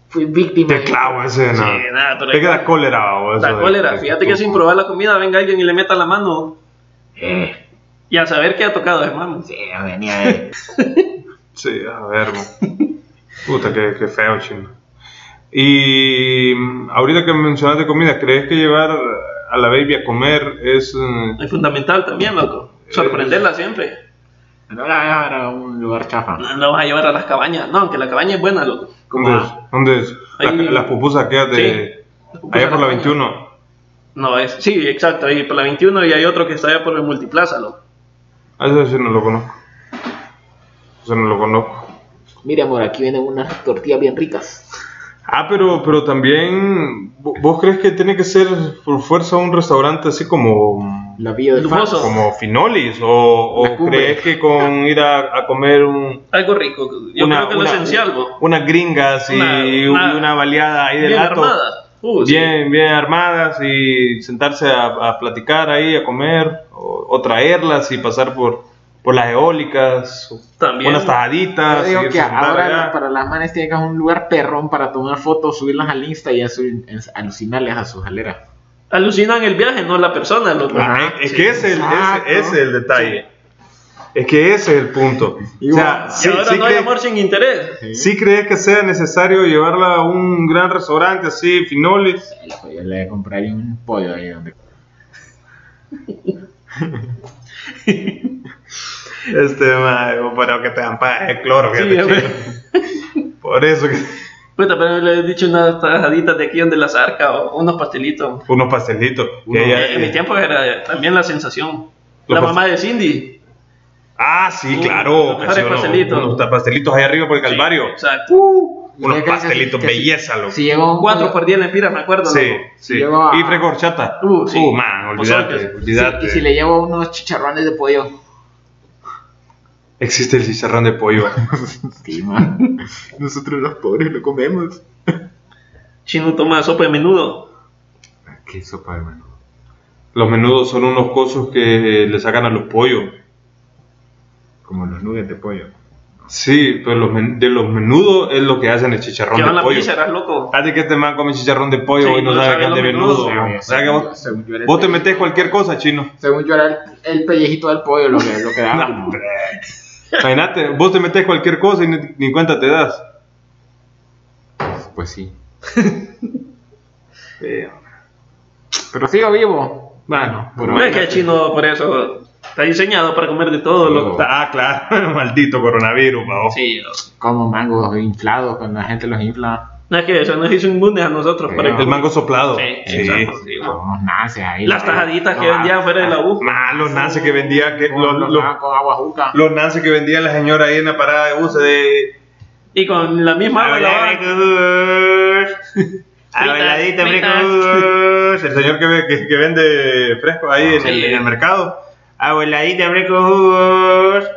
C: Fui víctima.
A: Te
C: del-
A: clavo ese, no.
B: Sí, nada, pero-
A: Te queda cólera, bo, eso
B: La
A: de-
B: cólera.
A: de-
B: Fíjate que sin probar la comida venga alguien y le meta la mano.
C: Eh,
B: Y a saber qué ha tocado, hermano.
C: sí, yo venía de...
A: Sí, a ver, mo. puta, qué, qué feo, chino. Y mm, ahorita que mencionaste comida, ¿crees que llevar a la baby a comer es... eh,
B: Es fundamental también, loco. Sorprenderla siempre.
C: No la voy a llevar a un lugar chafa.
B: No la vas a llevar a las cabañas. No, aunque la cabaña es buena, loco.
A: ¿Dónde es? ¿Dónde es? La-
B: Ahí-
A: las pupusas que de... allá por la 21.
B: No, es, sí, exacto. Ahí por la 21 y hay otro que está allá por el multiplaza, loco.
A: A Ah, eso sí no lo conozco. Eso no lo conozco.
C: Mira, amor, aquí vienen unas tortillas bien ricas.
A: Ah, pero, pero también... ¿vo- ¿Vos crees que tiene que ser por fuerza un restaurante así como...
C: La vía de
B: Lujoso.
C: Fans.
A: Como Finolis? ¿O,
C: La
A: o
C: cumbre.
A: crees que con ir a- a comer un...
B: Algo rico. Yo creo que es lo esencial, bo.
A: Unas gringas y
B: Una-
A: y una,
B: una-
A: baleada ahí de
B: Bien
A: lato.
B: armada. Uh, sí.
A: bien, bien armadas y sentarse a, a platicar ahí, a comer o, o traerlas y pasar por, por las eólicas, o
B: También.
A: unas tajaditas.
C: Yo digo
A: y irse
C: que
A: a sentar
C: ahora
A: allá.
C: para las manes tiene que hacer un lugar perrón para tomar fotos, subirlas al Insta y asu- alucinarles a sus aleras.
B: Alucinan el viaje, no la persona, loco.
A: Ah, es que ese es, el-
C: Exacto.
A: ese- ese es el detalle. Es que ese es el punto.
C: Y
A: o sea,
C: bueno,
B: Y
A: sí,
B: ahora
A: sí
B: no hay
A: cree-
B: amor sin interés.
A: ¿Sí crees que sea necesario llevarla a un gran restaurante así, finolis?
C: Hijo, pues, Yo le compraría un pollo ahí donde.
A: Este, madre, pero que te dan pa- el cloro.
B: Sí,
A: que te
B: hombre.
A: chingan. Por eso que...
B: Puta, pero le he dicho unas tajaditas de aquí donde las arca o unos pastelitos.
A: Unos pastelitos. que
C: Uno.
A: ella-
B: Eh, en mis tiempos era también la sensación.
A: Los
B: La
A: pas-
B: mamá de Cindy.
A: Ah, sí,
B: Unos
A: claro.
B: mejores
A: sí, unos-
B: pastelitos.
A: Unos pastelitos ahí arriba por el Calvario.
B: Sí, exacto.
A: Unos pastelitos, belleza, loco.
C: Si llegó un
B: Cuatro perdidas en pira, me acuerdo.
A: Sí,
B: loco.
A: sí.
C: Llego a-
A: Y fresco horchata.
B: Uh, sí.
A: man,
B: Pues,
A: olvídate,
B: ok.
C: Sí,
A: olvídate.
C: y si le llevo unos chicharrones de pollo.
A: Existe el chicharrón de pollo.
C: Sí, man. Nosotros los pobres lo comemos.
B: Chino toma sopa de menudo.
C: Ah,
A: ¿Qué sopa de menudo? Los menudos son unos cosos que eh, le sacan a los pollos.
C: Como los nuggets de pollo.
A: Sí, pero los men- de los menudos es lo que hacen el chicharrón
B: Que van
A: de
B: las
A: pollo.
B: vísceras, loco.
A: Haz de que este man come chicharrón de pollo
B: Sí,
A: y no
B: no
A: sabe
B: sabe
A: que es de
B: los
A: menudo.
B: menudos.
A: O sea que vos,
C: según yo era el
A: vos te
C: pellejo.
A: metes cualquier cosa, chino.
C: Según yo era el, el pellejito del pollo lo que, lo que daba.
A: No, hombre. Imagínate, vos te metes cualquier cosa y ni, ni cuenta te das.
C: Pues sí.
A: Eh,
C: Pero sigo vivo.
A: Bueno,
C: Bueno,
B: No es que el chino por eso está diseñado para comer de todo,
C: Sí,
B: loco.
C: loco.
A: Ah, claro, maldito coronavirus, pavo.
B: Sí, loco.
C: Como mangos inflados, cuando la gente los infla.
B: no es que eso nos hizo inmunes a nosotros.
C: Sí,
B: para que-
A: El mango soplado.
B: Sí, exacto, sí, bueno.
C: Los nazis ahí.
B: Las
C: los-
B: tajaditas que
C: los-
B: vendían fuera de la U.
A: Más los nances que vendía que,
C: Los,
A: los,
C: los,
A: los-
C: daban con agua juca.
A: los nances que vendía la señora ahí en la parada de buses de
B: Y con la misma agua lavaban.
A: Abailadita,
B: Fritas,
A: frescos. El señor que, ve- que, que vende fresco ahí en, el,
B: Sí.
A: en el mercado. Abueladita, frescos.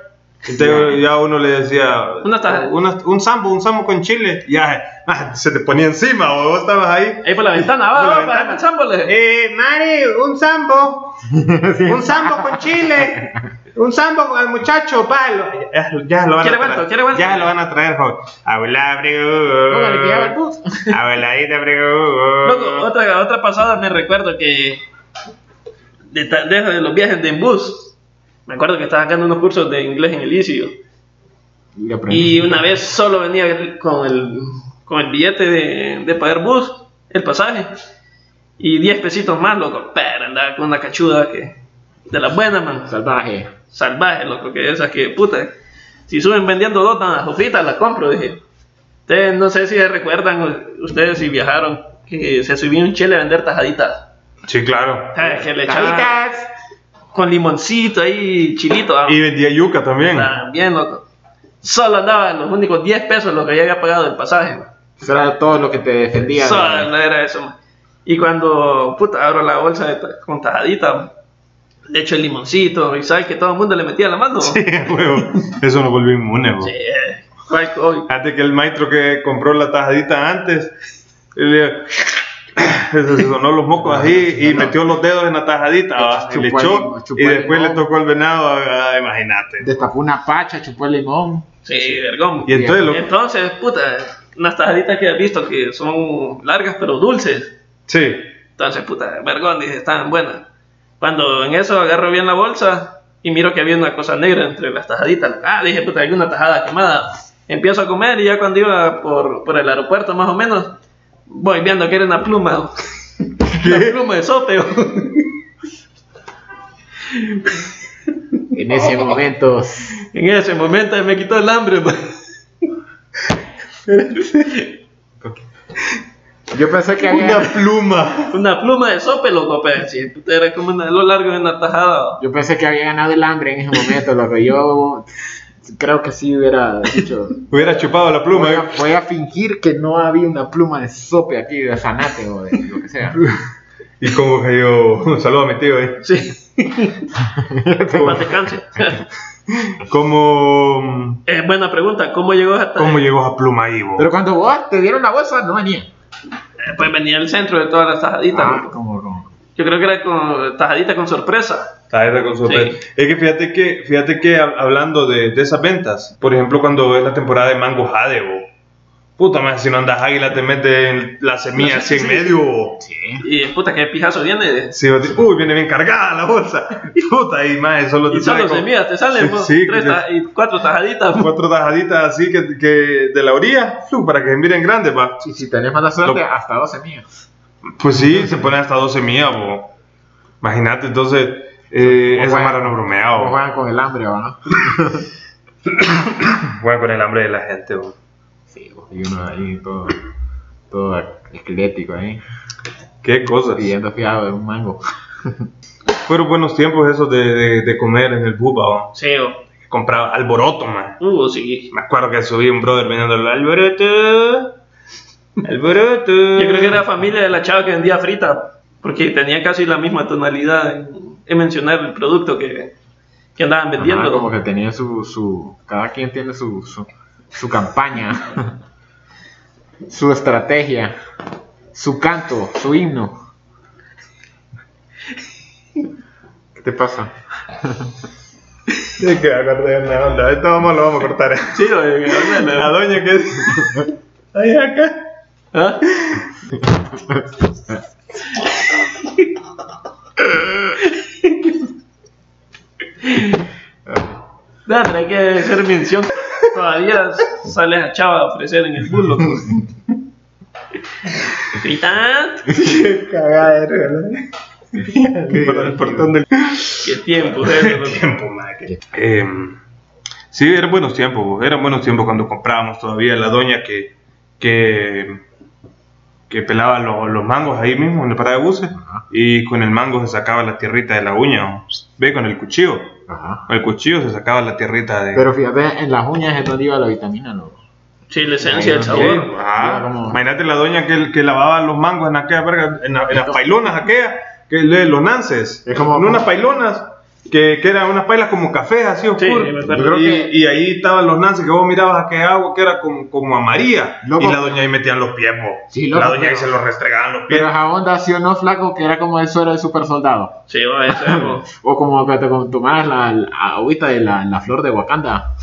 A: Entonces ya uno le decía
B: Una taja.
A: una- un sambo, un sambo con chile. Ya ah, se te ponía encima o vos estabas ahí.
B: Ahí por la ventana,
A: Por la
B: va, va,
A: ventana.
B: para el zámbole.
A: Eh, Mari, un sambo. Un sambo con chile. Un sambo al muchacho, palo. Ya, ya lo van
B: ¿Quiere
A: a traer.
B: vuelto? ¿Quiere vuelto?
A: Ya lo van a traer, joven. Abuela,
C: Póngale que lleva el
A: brego.
C: bus.
A: Abueladita,
B: Loco,
A: brego.
B: otra, otra pasada me recuerdo que de, ta- de, de los viajes de en bus, me acuerdo que estaba sacando unos cursos de inglés en el ICIO.
C: Y lo prendí.
B: Y una vez solo venía el- con el, con el billete de, de pagar bus, el pasaje, y 10 pesitos más, loco. Pero andaba con una cachuda que. De las buenas, man.
C: Salvaje.
B: Salvaje, loco, que esas que, puta. Si suben vendiendo dos las fritas, las compro, dije. Ustedes no sé si se recuerdan, ustedes si viajaron, que se subió un chile a vender tajaditas.
A: Sí, claro.
B: Ah, Que le echaban
C: Cajitas.
B: con limoncito ahí, chilito. ah,
A: Y vendía yuca también.
C: Ah.
B: También, loco. Solo andaba los únicos 10 pesos lo que yo había pagado el pasaje. man.
C: Eso era todo lo que te defendía.
B: Solo era eso. man. Y cuando, puta, abro la bolsa de ta- con tajadita, man, le echo el limoncito y sabes que todo el mundo le metía la mano.
A: Sí, huevo. Eso nos volvió inmune, huevo.
B: Sí, eh, cual- hoy.
A: Antes que el maestro que compró la tajadita antes, le- se sonó los mocos así y metió los dedos en la tajadita, ah, y le
C: Ah, Chupó el
A: echó
C: limón, chupó
A: y
C: el
A: después le
C: limón.
A: tocó al venado, ah, ah, imagínate.
C: Destapó una pacha, chupó el limón.
B: Sí, vergón.
A: Y entonces, lo-
B: Entonces, puta, unas tajaditas que has visto que son largas pero dulces.
A: sí,
B: Entonces, puta, vergón, dije, estaban buenas. Cuando en eso agarro bien la bolsa y miro que había una cosa negra entre las tajaditas. Ah, dije, puta, hay una tajada quemada. Empiezo a comer y ya cuando iba por, por el aeropuerto más o menos, voy viendo que era una pluma. Una pluma de sopeo.
C: En ese momento.
B: en ese momento me quitó el hambre. man.
C: Yo pensé que había.
A: una pluma.
B: Una pluma de sope, loco, pues. sí, puta, era como una- lo largo de una tajada.
C: Yo pensé que había ganado el hambre en ese momento, lo que yo creo que sí hubiera dicho.
A: Hubiera chupado la
C: Voy
A: pluma.
C: a,
A: eh.
C: voy a fingir que no había una pluma de sope aquí, de zanate o de lo que sea.
A: ¿eh? Y como que yo, un saludo a mi tío, eh.
B: Sí, que más descanse.
A: ¿Cómo, mm,
B: Eh, buena pregunta, ¿cómo llegó hasta
A: cómo llegó a pluma ahí, vos?
C: Pero cuando vos te dieron la bolsa, no venía.
B: Eh, Pues venía el centro de todas las tajaditas.
C: Ah,
B: loco.
C: como, como.
B: Yo creo que era con tajadita con sorpresa.
A: Tajeta con sorpresa. Es que fíjate que, fíjate que hab- hablando de, de esas ventas, por ejemplo, cuando es la temporada de mango jade, bo. puta madre, si no andas águila, te meten la semilla así en medio. bo.
C: Sí.
B: Y eh, puta, qué pijazo viene. de-
A: Sí, bo, te- uy, viene bien cargada la bolsa. Puta, y más, solo
B: Y solo
A: como
B: semillas, te salen
A: Sí,
B: pues,
A: sí,
B: tres
A: que te-
B: ta- y cuatro tajaditas. pues.
A: cuatro tajaditas así que, que de la orilla, flu, para que se miren grandes, va.
C: Y si tenés mala suerte,
A: Lo-
C: hasta 12 míos.
A: Pues sí, se pone hasta 12 millas, bo. Imagínate, entonces, eh, esa mara no bromea,
C: O
A: bo.
C: juegan con el hambre, ¿o no?
A: Juega con el hambre de la gente, bo.
C: Sí, bo, y uno ahí todo, todo esquelético ahí,
A: Qué cosas.
C: pidiendo fiado de un mango.
A: Fueron buenos tiempos esos de, de, de comer en el bupa, bo.
B: Sí, o-
A: Compraba alboroto, man.
B: uh, sí.
A: Me acuerdo que subí un brother vendiendo el alboroto. Alboroto.
B: Yo creo que era familia de la chava que vendía frita, porque tenía casi la misma tonalidad en, en mencionar el producto que, que andaban vendiendo.
C: Ajá, como que tenía su, su. Cada quien tiene su, su, su campaña, su estrategia, su canto, su himno. ¿Qué te pasa?
A: Es que me acordé de una onda. Esto vamos, lo vamos a cortar.
B: Sí, oye, que no,
A: La
B: no, no.
A: doña que Ahí acá.
B: ¿Ah? No, pero hay que hacer mención. Todavía sale a chava a ofrecer en el bulo. Frita,
A: Qué cagadero, Por el portón del
B: qué tiempo, eso, loco.
A: tiempo, madre. Em, sí, eran buenos tiempos, bo. eran buenos tiempos cuando comprábamos todavía la doña que que, que pelaba lo- los mangos ahí mismo en la parada de buses
C: Ajá.
A: y con el mango se sacaba la tierrita de la uña, o, ve con el cuchillo,
C: Ajá.
A: con el cuchillo se sacaba la tierrita de
C: Pero fíjate, en las uñas es donde iba la vitamina, loco.
B: Sí, la esencia, el
A: Sí,
B: sabor.
A: ah,
C: Era como-
A: imagínate la doña que, que lavaba los mangos en aquella verga, en, la- en las pailonas aquellas, que le- los nances,
C: Es como-
A: en unas pailonas que, que eran unas pailas como café así oscuro.
B: me
A: y,
B: acuerdo. Yo creo
C: que-
A: y ahí estaban los nances que vos mirabas aquella agua que era como, como amarilla.
C: Loco.
A: Y la doña ahí metían los pies, po.
C: Sí, loco,
A: la doña ahí
C: pero-
A: se los restregaban los pies.
C: Pero esa onda, sí o no, flaco, que era como el suero del super soldado.
B: Sí, va, eso es como-
C: O como que te com- tomabas la, la agüita de la, la flor de Wakanda.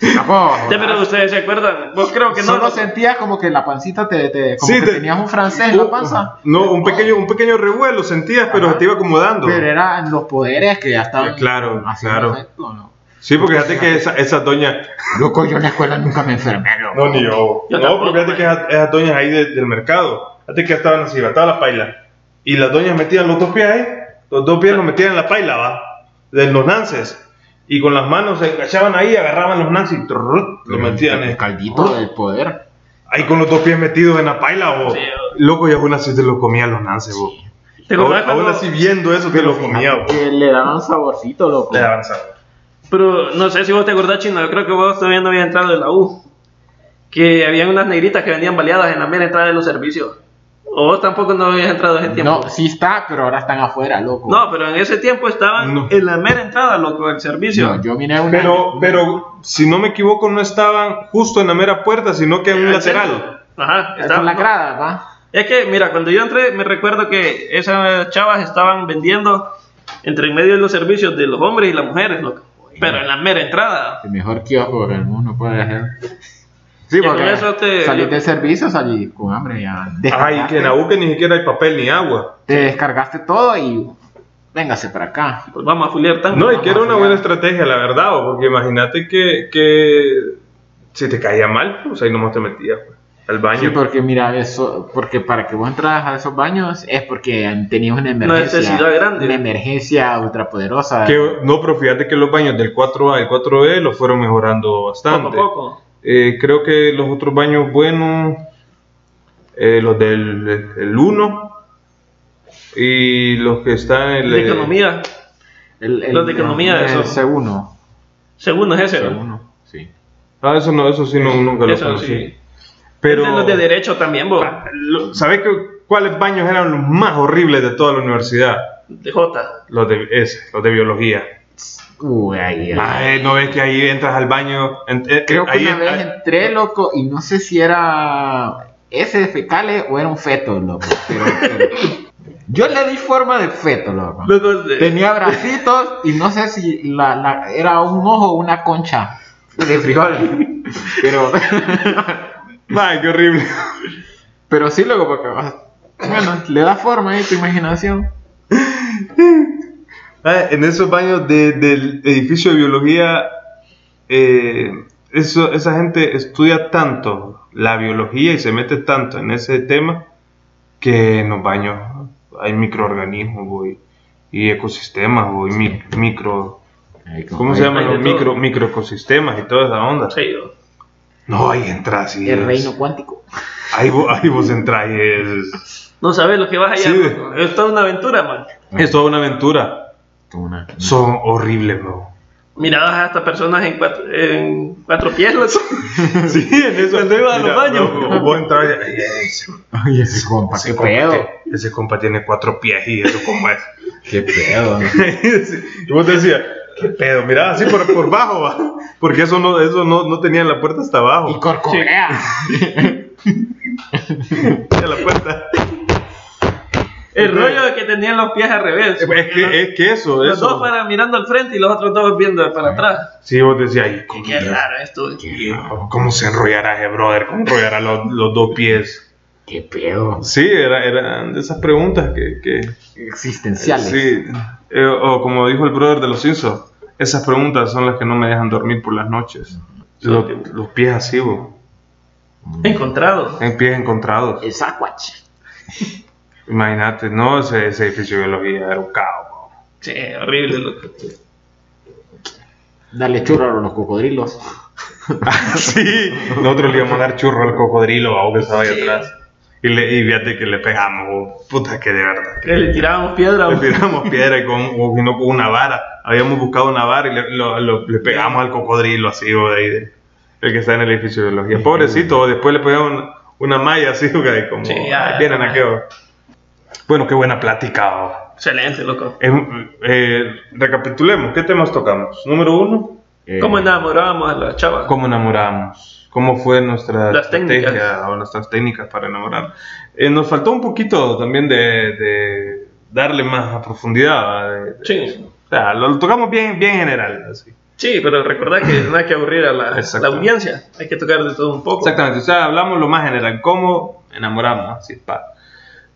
C: Tampoco,
B: Ya, pero ustedes se acuerdan. Vos creo que no.
C: Solo
B: loco.
C: sentías como que la pancita te. te- como
A: Sí,
C: que
A: te-
C: tenías un francés en la panza.
A: Uh, No, un pequeño, un pequeño revuelo sentías, pero
C: Ajá.
A: se te iba acomodando.
C: Pero eran los poderes que ya estaban.
A: Claro,
C: haciendo
A: claro.
C: efecto, ¿no?
A: Sí, porque fíjate que esa, esa doña
C: Loco, yo en la escuela nunca me enfermé, loco.
A: No, ni yo.
B: Yo
A: no,
B: tampoco, pues.
A: porque fíjate que esas, esas doñas ahí de- del mercado, fíjate que estaban así, va, estaba la paila. Y las doñas metían los dos pies ahí, los dos pies los metían en la paila, va, de los nances. Y con las manos se enganchaban ahí, agarraban los nances y trrr, lo metían
C: El
A: en-
C: caldito del poder.
A: ahí con los dos pies metidos en la paila, vos.
B: Sí,
A: Loco, y aún así te lo comían los nances, vos.
B: ¿Te
A: Aún,
B: acordás
A: aún
B: cuando-
A: así viendo eso te lo comía, vos.
C: Que Eh, le daban saborcito, loco.
A: Te daban sabor.
B: Pero no sé si vos te acordás, Chino, yo creo que vos todavía no habías entrado de la U. Que habían unas negritas que vendían baleadas en la mera entrada de los servicios. O vos tampoco no habías entrado en ese tiempo.
C: No, sí está, pero ahora están afuera, loco.
B: No, pero en ese tiempo estaban
A: No.
B: en la mera entrada, loco, del servicio.
C: No, yo miré una.
A: Pero, pero, si no me equivoco, no estaban justo en la mera puerta, sino que en un
B: Al
A: lateral.
B: centro. Ajá,
C: Con la
B: no.
C: grada, va.
B: Es que, mira, cuando yo entré, me recuerdo que esas chavas estaban vendiendo entre en medio de los servicios de los hombres y las mujeres, loco. Pero en la mera entrada.
C: El mejor kiosco que el mundo puede hacer. Sí,
B: Y con
C: porque
B: eso te-
C: salís del servicio, salís con hambre ya.
A: Ay, que en la U que ni siquiera hay papel ni agua.
C: Te descargaste todo y véngase para acá.
B: Pues vamos a fulear tanto.
A: No, y que era una
C: Ajá.
A: buena estrategia, la verdad, bo, porque imagínate que, que si te caía mal, pues ahí nomás te metías pues, al baño.
C: Sí, porque mira, eso, porque para que vos entras a esos baños es porque tenías una emergencia.
B: necesidad grande.
C: Una emergencia ultrapoderosa.
A: Que- no, pero fíjate que los baños del 4A y 4B los fueron mejorando
B: poco
A: bastante.
B: a poco.
A: Eh, creo que los otros baños buenos, eh, los del el 1 y los que están en el...
B: De economía.
C: El, el-
B: Los de economía,
C: el,
B: eso.
C: C1.
B: Segundo es ese, ¿no?
C: C1, sí.
A: Ah, eso no, eso sí, no, nunca lo
B: Eso
A: conocí.
B: sí.
A: Pero...
B: El de los de derecho también, vos.
A: lo- ¿Sabés qué- cuáles baños eran los más horribles de toda la universidad?
B: De J.
A: Los de, ese, los de biología.
C: Uy, ahí, ahí.
A: Ay, no ves que ahí entras al baño. En- eh,
C: Creo que
A: ahí
C: una
A: en-
C: vez
A: ahí-
C: entré, loco, y no sé si era ese fecales o era un feto, loco. Pero, pero- Yo le di forma de feto, loco.
B: Loco, de-
C: Tenía bracitos y no sé si la, la- era un ojo o una concha de frijol. Pero,
A: Ay, qué horrible.
C: pero sí, loco, porque bueno, le da forma ahí tu imaginación.
A: Ah, En esos baños de- del edificio de biología, eh, eso, esa gente estudia tanto la biología y se mete tanto en ese tema que en los baños hay microorganismos bo, y, y ecosistemas bo, y mi- micro... ¿Cómo se llaman
B: hay de
A: los
B: todo.
A: micro, microecosistemas y toda esa onda?
B: Sí, yo-
A: No, ahí entras y
C: El
A: es-
C: reino cuántico.
A: Ahí, vo- ahí vos entras y es...
B: no sabes lo que vas allá.
A: Sí.
B: mano. Es toda una aventura, man.
A: Es toda una aventura.
C: Una-
A: Son horribles, bro.
B: Mirabas a estas personas en cuatro, en cuatro pies, loco.
A: Sí, en eso.
B: Cuando iba a los baños.
A: no, vos entras y... ay, ay, se
C: Ay, ese compa,
A: Ese
C: qué
A: compa
C: pedo.
A: tie- Ese compa tiene cuatro pies y eso como es.
C: Qué pedo.
A: y vos decías, qué pedo, mirá, así por, por bajo, va. porque eso no, eso no, no tenía la puerta hasta
C: Y
A: abajo.
C: corcorea.
A: Tenía la puerta.
B: El rollo de que tenían los pies al revés.
A: Es que, es que eso,
B: Los dos
A: eso.
B: fueran mirando al frente y los otros dos viendo para atrás.
A: Sí, vos decías, "Ay,
B: Qué,
A: ¿cómo,
B: qué raro esto.
A: cómo se enrollará ese brother? ¿Cómo enrollará los, los dos pies?
C: Qué pedo.
A: Sí, era, eran de esas preguntas que... que
C: Existenciales.
A: sí, Eh, o como dijo el brother de los Simpsons, esas preguntas son las que no me dejan dormir por las noches. Los, los pies así, vos.
B: Encontrado.
A: En pies encontrados.
C: El Sasquatch.
A: Imagínate, no, ese, ese edificio de biología era un caos. bro.
B: Sí, horrible, loco.
C: Dale churro a los cocodrilos.
A: sí, nosotros le íbamos a dar churro al cocodrilo, a que estaba ahí
B: Sí.
A: atrás. Y, le, y fíjate que le pegamos, bro. puta que de verdad.
B: Que le tirábamos piedra.
A: Le tiramos piedra y con, o que no, con una vara. Habíamos buscado una vara y le, lo- lo- le pegamos al cocodrilo así, bro, de ahí, de- el que está en el edificio de biología. Pobrecito, bro, después le pegamos una, una malla así, bro, de como,
B: Sí, ya.
A: "Ay, vienen aquí, bro". Bueno, qué buena plática, bro.
B: Excelente, loco.
A: Eh, eh, recapitulemos, ¿qué temas tocamos? Número uno,
B: ¿Cómo
C: andamos?
B: enamorábamos a las chavas?
A: Eh. ¿cómo enamoramos? ¿Cómo fue nuestra
B: Las técnicas.
A: estrategia o nuestras técnicas para enamorar? Eh, nos faltó un poquito también de, de darle más a profundidad. ¿va? De- de-
B: Sí.
A: o sea, lo, lo tocamos bien, bien general. Así.
B: Sí, pero recordad que no hay que aburrir a la, la
A: Exacto.
B: audiencia. Hay que tocar de todo un poco.
A: Exactamente, o sea, hablamos lo más general, cómo enamoramos. Así, pa.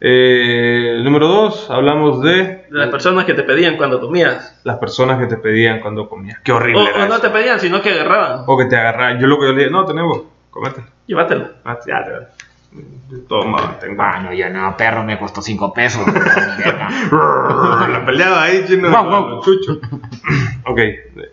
A: Eh, número dos, hablamos de
B: De las personas que te pedían cuando comías.
A: las personas que te pedían cuando comías. Qué
B: O,
A: horrible. era
B: o no
A: eso.
B: te pedían, sino que agarraban.
A: O que te agarraban. Yo lo que yo le dije, no, tenemos, comete.
B: Llévatelo.
A: Ah, Ya, ya. Toma, tengo años.
C: Bueno, yo no, perro, me costó 5 pesos.
A: La peleada ahí, chino.
C: Guau, guau.
A: Chucho. Ok,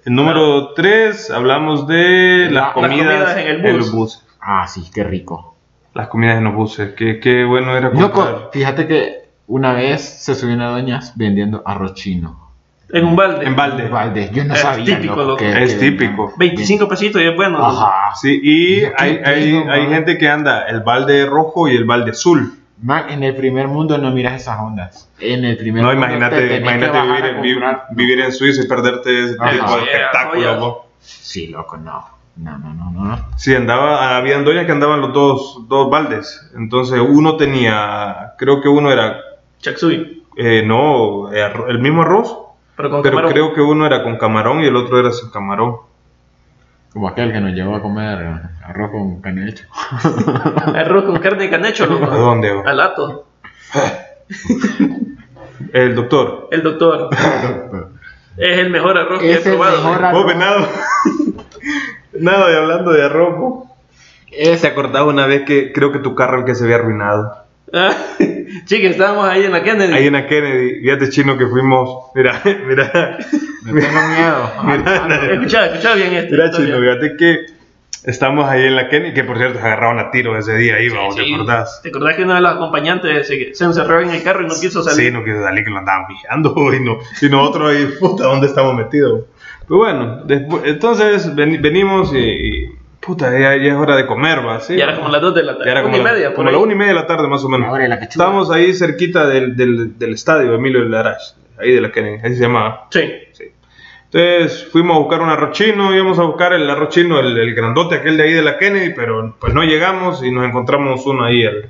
A: el número 3, hablamos de
C: La-
A: las
C: las
A: comidas,
B: comidas en el bus.
A: los buses.
C: ah, sí, qué rico.
A: Las comidas en los buses, qué, qué bueno era
C: Loco,
A: comprar.
C: fíjate que una vez se subió una doña vendiendo arroz chino.
B: En un balde.
A: En balde.
C: Valdes, yo no
B: Es
C: sabía.
B: típico,
C: loco,
B: loco.
C: que-
A: Es
C: que vendían.
A: típico.
B: 25 pesitos y es bueno.
C: Ajá.
A: Sí, y
C: Qué
A: hay, hay,
C: rico,
A: hay
C: man.
A: gente que anda el balde rojo y el balde azul.
C: Man, en el primer mundo no miras esas ondas. En el primer
A: No,
C: mundo te
A: imagínate,
C: tenés que
A: imagínate
C: bajar
A: vivir,
C: a
A: en, vi-
C: comprar.
A: vivir en Suiza y perderte ese
C: Ajá.
A: tipo de
B: Sí,
A: espectáculo.
B: joyas.
A: ¿no?
C: Sí, loco, no. No, no, no, no, no.
A: Sí, andaba, había doñas que andaban los dos, dos baldes. Entonces uno tenía, creo que uno era,
B: Chaksui.
A: eh, no, eh, arro- el mismo arroz,
B: Pero con
A: pero
B: camarón.
A: creo que uno era con camarón y el otro era sin camarón.
C: Como aquel que nos llevó a comer arroz con canecho.
B: Arroz con carne y canecho,
A: ¿A
B: loco.
A: dónde? bro?
B: Al ato.
A: El doctor.
B: El doctor. es el mejor arroz que he
C: Es el
B: probado.
C: mejor
A: Vos,
C: arroz.
A: venado. Nada de hablando de arroz. vos. ¿Te
C: Ese
A: acordás Eh, una vez que creo que tu carro el que se había arruinado?
B: Ah, Sí, que estábamos ahí en la Kennedy.
A: Ahí en la Kennedy, fíjate chino que fuimos. Mira, mira,
C: Me tengo miedo.
A: mira.
B: Ah, Escuchá, escuchá bien esto.
A: Mira, chino, fíjate que estamos ahí en la Kenny, que por cierto se agarraron a tiro ese día ahí, vamos, ¿te acordás?
B: ¿Te acordás que uno de los acompañantes se, se encerró en el carro y no quiso
A: Sí,
B: salir?
A: no quiso salir, que lo andaban vigilando, y, no, y nosotros ahí, puta, ¿dónde estamos metidos? Pero bueno, despu- entonces ven- venimos y, y, puta, ya, ya es hora de comer, ¿va? ¿sí?
B: Y era como las 2 de la
A: Ya
B: tarde.
A: era
B: Una y
A: la-
B: media, por
A: como
B: ahí.
A: la una y media de la tarde más o menos.
C: Ahora en la cachucha.
A: Estábamos ahí cerquita del, del, del estadio Emilio Larach, ahí de la Kennedy, ahí se llamaba.
B: Sí.
A: Sí. Entonces fuimos a buscar un arrochino, íbamos a buscar el arrochino, el, el grandote, aquel de ahí de la Kennedy, pero pues no llegamos y nos encontramos uno ahí, al-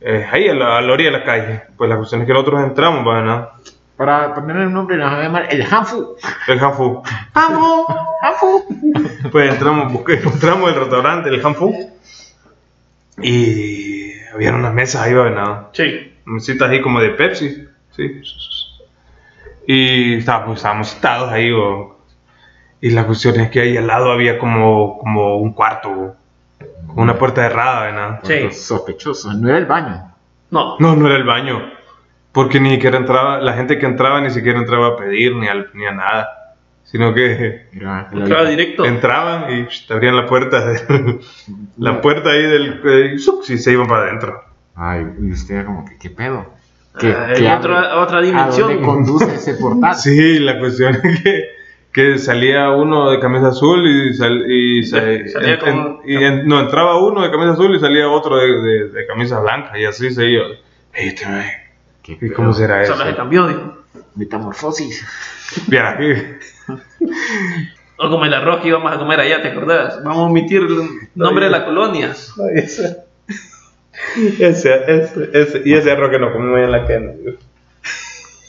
A: eh, ahí a la, a la orilla de la calle. Pues la cuestión es que nosotros entramos, va, ¿no?
C: Para ponerle un nombre, nos va a llamar el Hanfu.
A: El Hanfu.
C: Hanfu, Hanfu.
A: Pues entramos, busqué- encontramos el restaurante, el Hanfu. Y había unas mesas ahí, va, venado.
B: Sí.
A: mesitas ahí como de Pepsi, sí. Y está- pues, estábamos sentados ahí, bo. y la cuestión es que ahí al lado había como, como un cuarto, bo, con una puerta cerrada, ¿verdad?
B: Sí.
C: Sospechoso, no era el baño.
B: No.
A: No, no era el baño, porque ni siquiera entraba, la gente que entraba ni siquiera entraba a pedir ni, al- ni a nada, sino que
C: Era
B: Entraba directo.
A: entraban y psh, te abrían la puerta, de- la puerta ahí del, eh, y zuc, y se iban para adentro.
C: Ay, y usted era como que, ¿qué pedo? ¿Qué,
B: Ah,
C: qué
B: en otra,
C: abre?
B: otra
C: ¿A
B: dimensión.
C: dónde conduce ese portal?
A: Sí, la cuestión es que, que salía uno de camisa azul y, sal- y sa-
B: Salía
A: en-
B: como-
A: en- y en- no, entraba uno de camisa azul y salía otro de, de- de camisa blanca y así se iba. Ey, este mae,
C: ¿Qué
A: ¿y
C: pedo?
A: ¿Cómo será eso?
B: Solo se cambió, dijo.
C: Metamorfosis.
A: Viera aquí.
B: O como el arroz que íbamos a comer allá, ¿te acordás? Vamos a omitir el nombre de las colonias.
A: ese, ese, ese, y ese arroz que nos comimos en la Kennedy.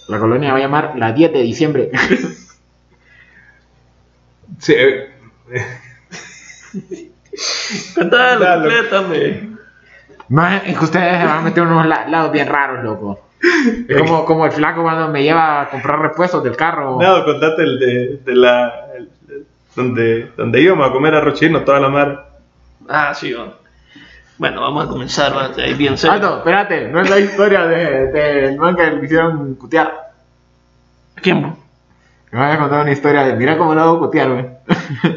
C: La colonia va a llamar la 10 de diciembre.
A: Sí, eh,
B: Contalo,
A: Dalo.
B: complétame.
C: Más es que ustedes se van a meter unos la- lados bien raros, loco. Es como, como el flaco cuando me lleva a comprar repuestos del carro.
A: nada, contate el de, de la... el- el- donde, donde íbamos a comer arroz chino toda la mar.
B: Ah, sí, va. Bueno, vamos a comenzar, va, ahí bien serio.
C: Alto, espérate, Ah, no es la historia de- del man que le hicieron cutear.
B: ¿Quién? vos?
C: Me vas a contar una historia de, mira cómo lo hago cutear, güey.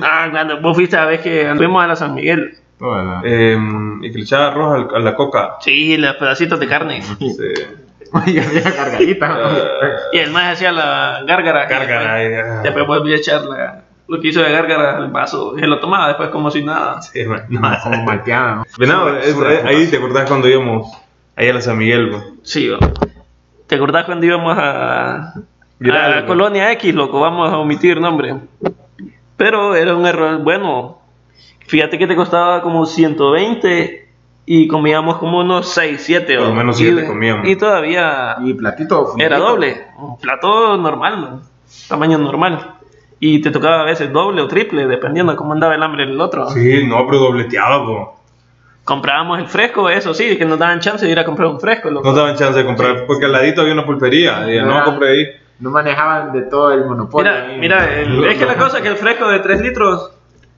B: Ah, cuando vos fuiste a la vez que fuimos a la San Miguel.
C: Toda la-
A: Em, y que le echaba arroz al- a la coca.
B: Sí, los pedacitos de carne.
A: Sí.
C: Oye, había cargadita.
B: Y el más hacía la gárgara.
A: Gárgara,
B: Después-
A: ya.
B: Después volví a echar la- lo que hizo de gárgara al vaso. Se lo tomaba después como si nada.
A: Sí, man, no.
C: No, como malteada, ¿no?
A: Venado,
C: Su-
A: es-
C: su
A: eh, ahí
C: reputación.
A: te acordás cuando íbamos allá a la San Miguel, pues.
B: Sí, va. ¿Te acordás cuando íbamos a,
A: Mira,
B: a la
A: loco.
B: Colonia X, loco? Vamos a omitir nombre. Pero era un error bueno. Fíjate que te costaba como 120 y comíamos como unos 6, 7.
A: Por lo menos siete comíamos.
B: Y todavía
C: Y platito. fundidito.
B: era doble. Un plato normal, ¿no? tamaño normal. Y te tocaba a veces doble o triple, dependiendo de cómo andaba el hambre del otro.
A: Sí, no, pero dobleteaba, po.
B: Comprábamos el fresco, eso sí, que nos daban chance de ir a comprar un fresco, loco.
A: No daban chance de comprar, porque al ladito había una pulpería. y no,
C: Ah.
A: compré ahí.
C: No manejaban de todo el monopolio.
B: Mira,
C: ahí.
B: mira eh, el- es que la cosa es que el fresco de 3 litros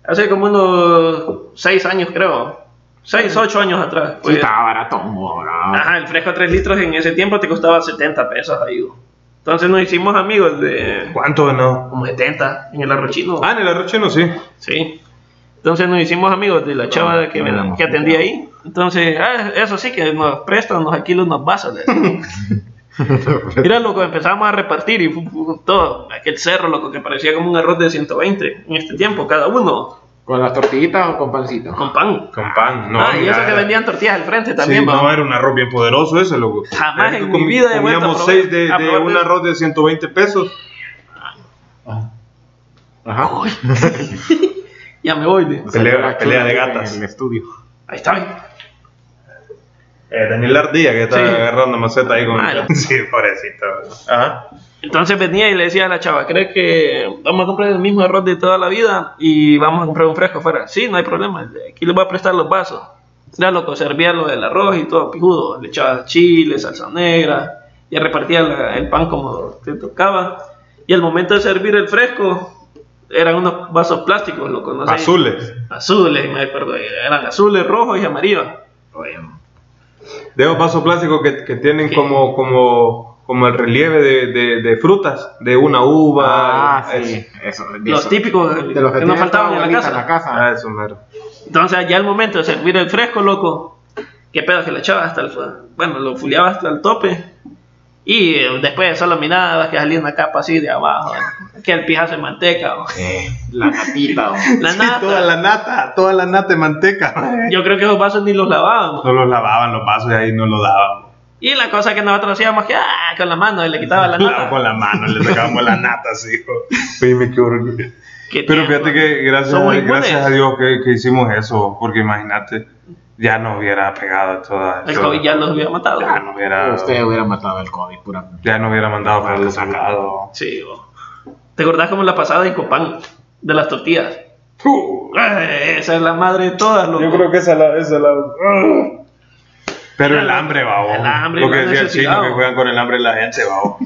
B: hace como unos 6 años, creo. 6, 8 años atrás.
C: Sí,
B: pues.
C: estaba barato, morado.
B: Ajá, el fresco de 3 litros en ese tiempo te costaba 70 pesos ahí. güey. Entonces nos hicimos amigos de
A: ¿Cuánto no?
B: como 70 en el arrochino.
A: Ah, en el arroz no, sí.
B: Sí. Entonces nos hicimos amigos de la
A: Ah,
B: chava que, me-
C: éramos
B: que atendía ahí. Entonces, ah, eso sí, que nos prestan, nos alquilan unos vasos. le decimos. Mira, loco, empezamos a repartir y fu- fu- todo. Aquel cerro, loco, que parecía como un arroz de 120 en este tiempo, cada uno,
C: ¿Con las tortillitas o con pancito?
B: con pan.
A: Con pan, no.
B: ah, y
A: mira,
B: eso que
A: era-
B: vendían tortillas al frente
A: sí,
B: también,
A: no, eh.
B: vamos.
A: era un arroz bien poderoso ese, loco.
B: Jamás
A: Era que
B: en mi vida he vuelto a
A: Comíamos
B: probar-
A: seis de,
B: a
A: de
B: probar
A: un
B: de-
A: arroz de 120 pesos.
C: Ajá.
B: Ya me voy. de-
A: Pelea-
C: Salió la
A: pelea
C: chula
A: de
C: en
A: gatas.
C: el estudio.
B: Ahí está. ve.
A: Eh, Daniel Ardía, que está
B: Sí.
A: agarrando maceta ahí con.
B: Malo. Ah.
A: Sí, pobrecito. Ajá.
B: Entonces venía y le decía a la chava, ¿crees que vamos a comprar el mismo arroz de toda la vida y vamos a comprar un fresco fuera? Sí, no hay problema. Aquí les voy a prestar los vasos. Ya loco, servía lo del arroz y todo pijudo. Le echaba chile, salsa negra, ya repartía la- el pan como te tocaba. Y al momento de servir el fresco, eran unos vasos plásticos, loco. No sé.
A: Azules.
B: Azules, me acuerdo. Eran azules, rojos y amarillos.
A: De esos vasos plásticos que, que tienen
B: Sí.
A: como, como, como el relieve de, de, de frutas, de una uva.
C: Ah, sí.
A: Eso,
C: Eso, de
B: Los
C: eso.
B: típicos
C: De
B: que,
C: los que,
B: nos
C: tiene
B: faltaban
C: toda
B: en la
C: abuelita
B: casa.
A: Ah, eso, mero.
B: Entonces, ya al momento de servir el fresco, loco, qué pedo que lo echaba hasta el. fu- Bueno, lo fuleaba hasta el tope. Y eh, después solo mirabas que salía una capa así de abajo, eh, que el pijazo de manteca. o-
C: La tapita, o-
B: La
A: Sí,
B: nata.
A: toda la nata, toda la nata de manteca.
B: Yo creo que esos vasos ni los lavábamos.
A: No los lavaban los vasos y ahí no los daban.
B: Y la cosa que nosotros hacíamos que ah, con la mano y le quitaba la
A: Claro,
B: nota.
A: con la mano, le sacamos la nata, así. Dime qué horrible.
B: Qué
A: Pero
B: tiempo.
A: fíjate que gracias,
B: Somos inmunes.
A: gracias a Dios que, que hicimos eso, porque imagínate, ya nos hubiera pegado toda.
B: El
A: toda-
B: COVID ya los hubiera matado.
A: Ya nos hubiera.
C: Usted hubiera matado el COVID, pura.
A: Ya nos hubiera mandado para el sacado.
B: Sí, bo. ¿Te acordás cómo la pasada en Copán? De las tortillas. Ay, esa es la madre de todas, loco.
A: que esa la. Esa la... Pero el hambre, va
B: El hambre,
A: Lo que
B: la
A: decía el
B: necesidad,
A: chino, que
B: bo.
A: juegan con el hambre la gente, va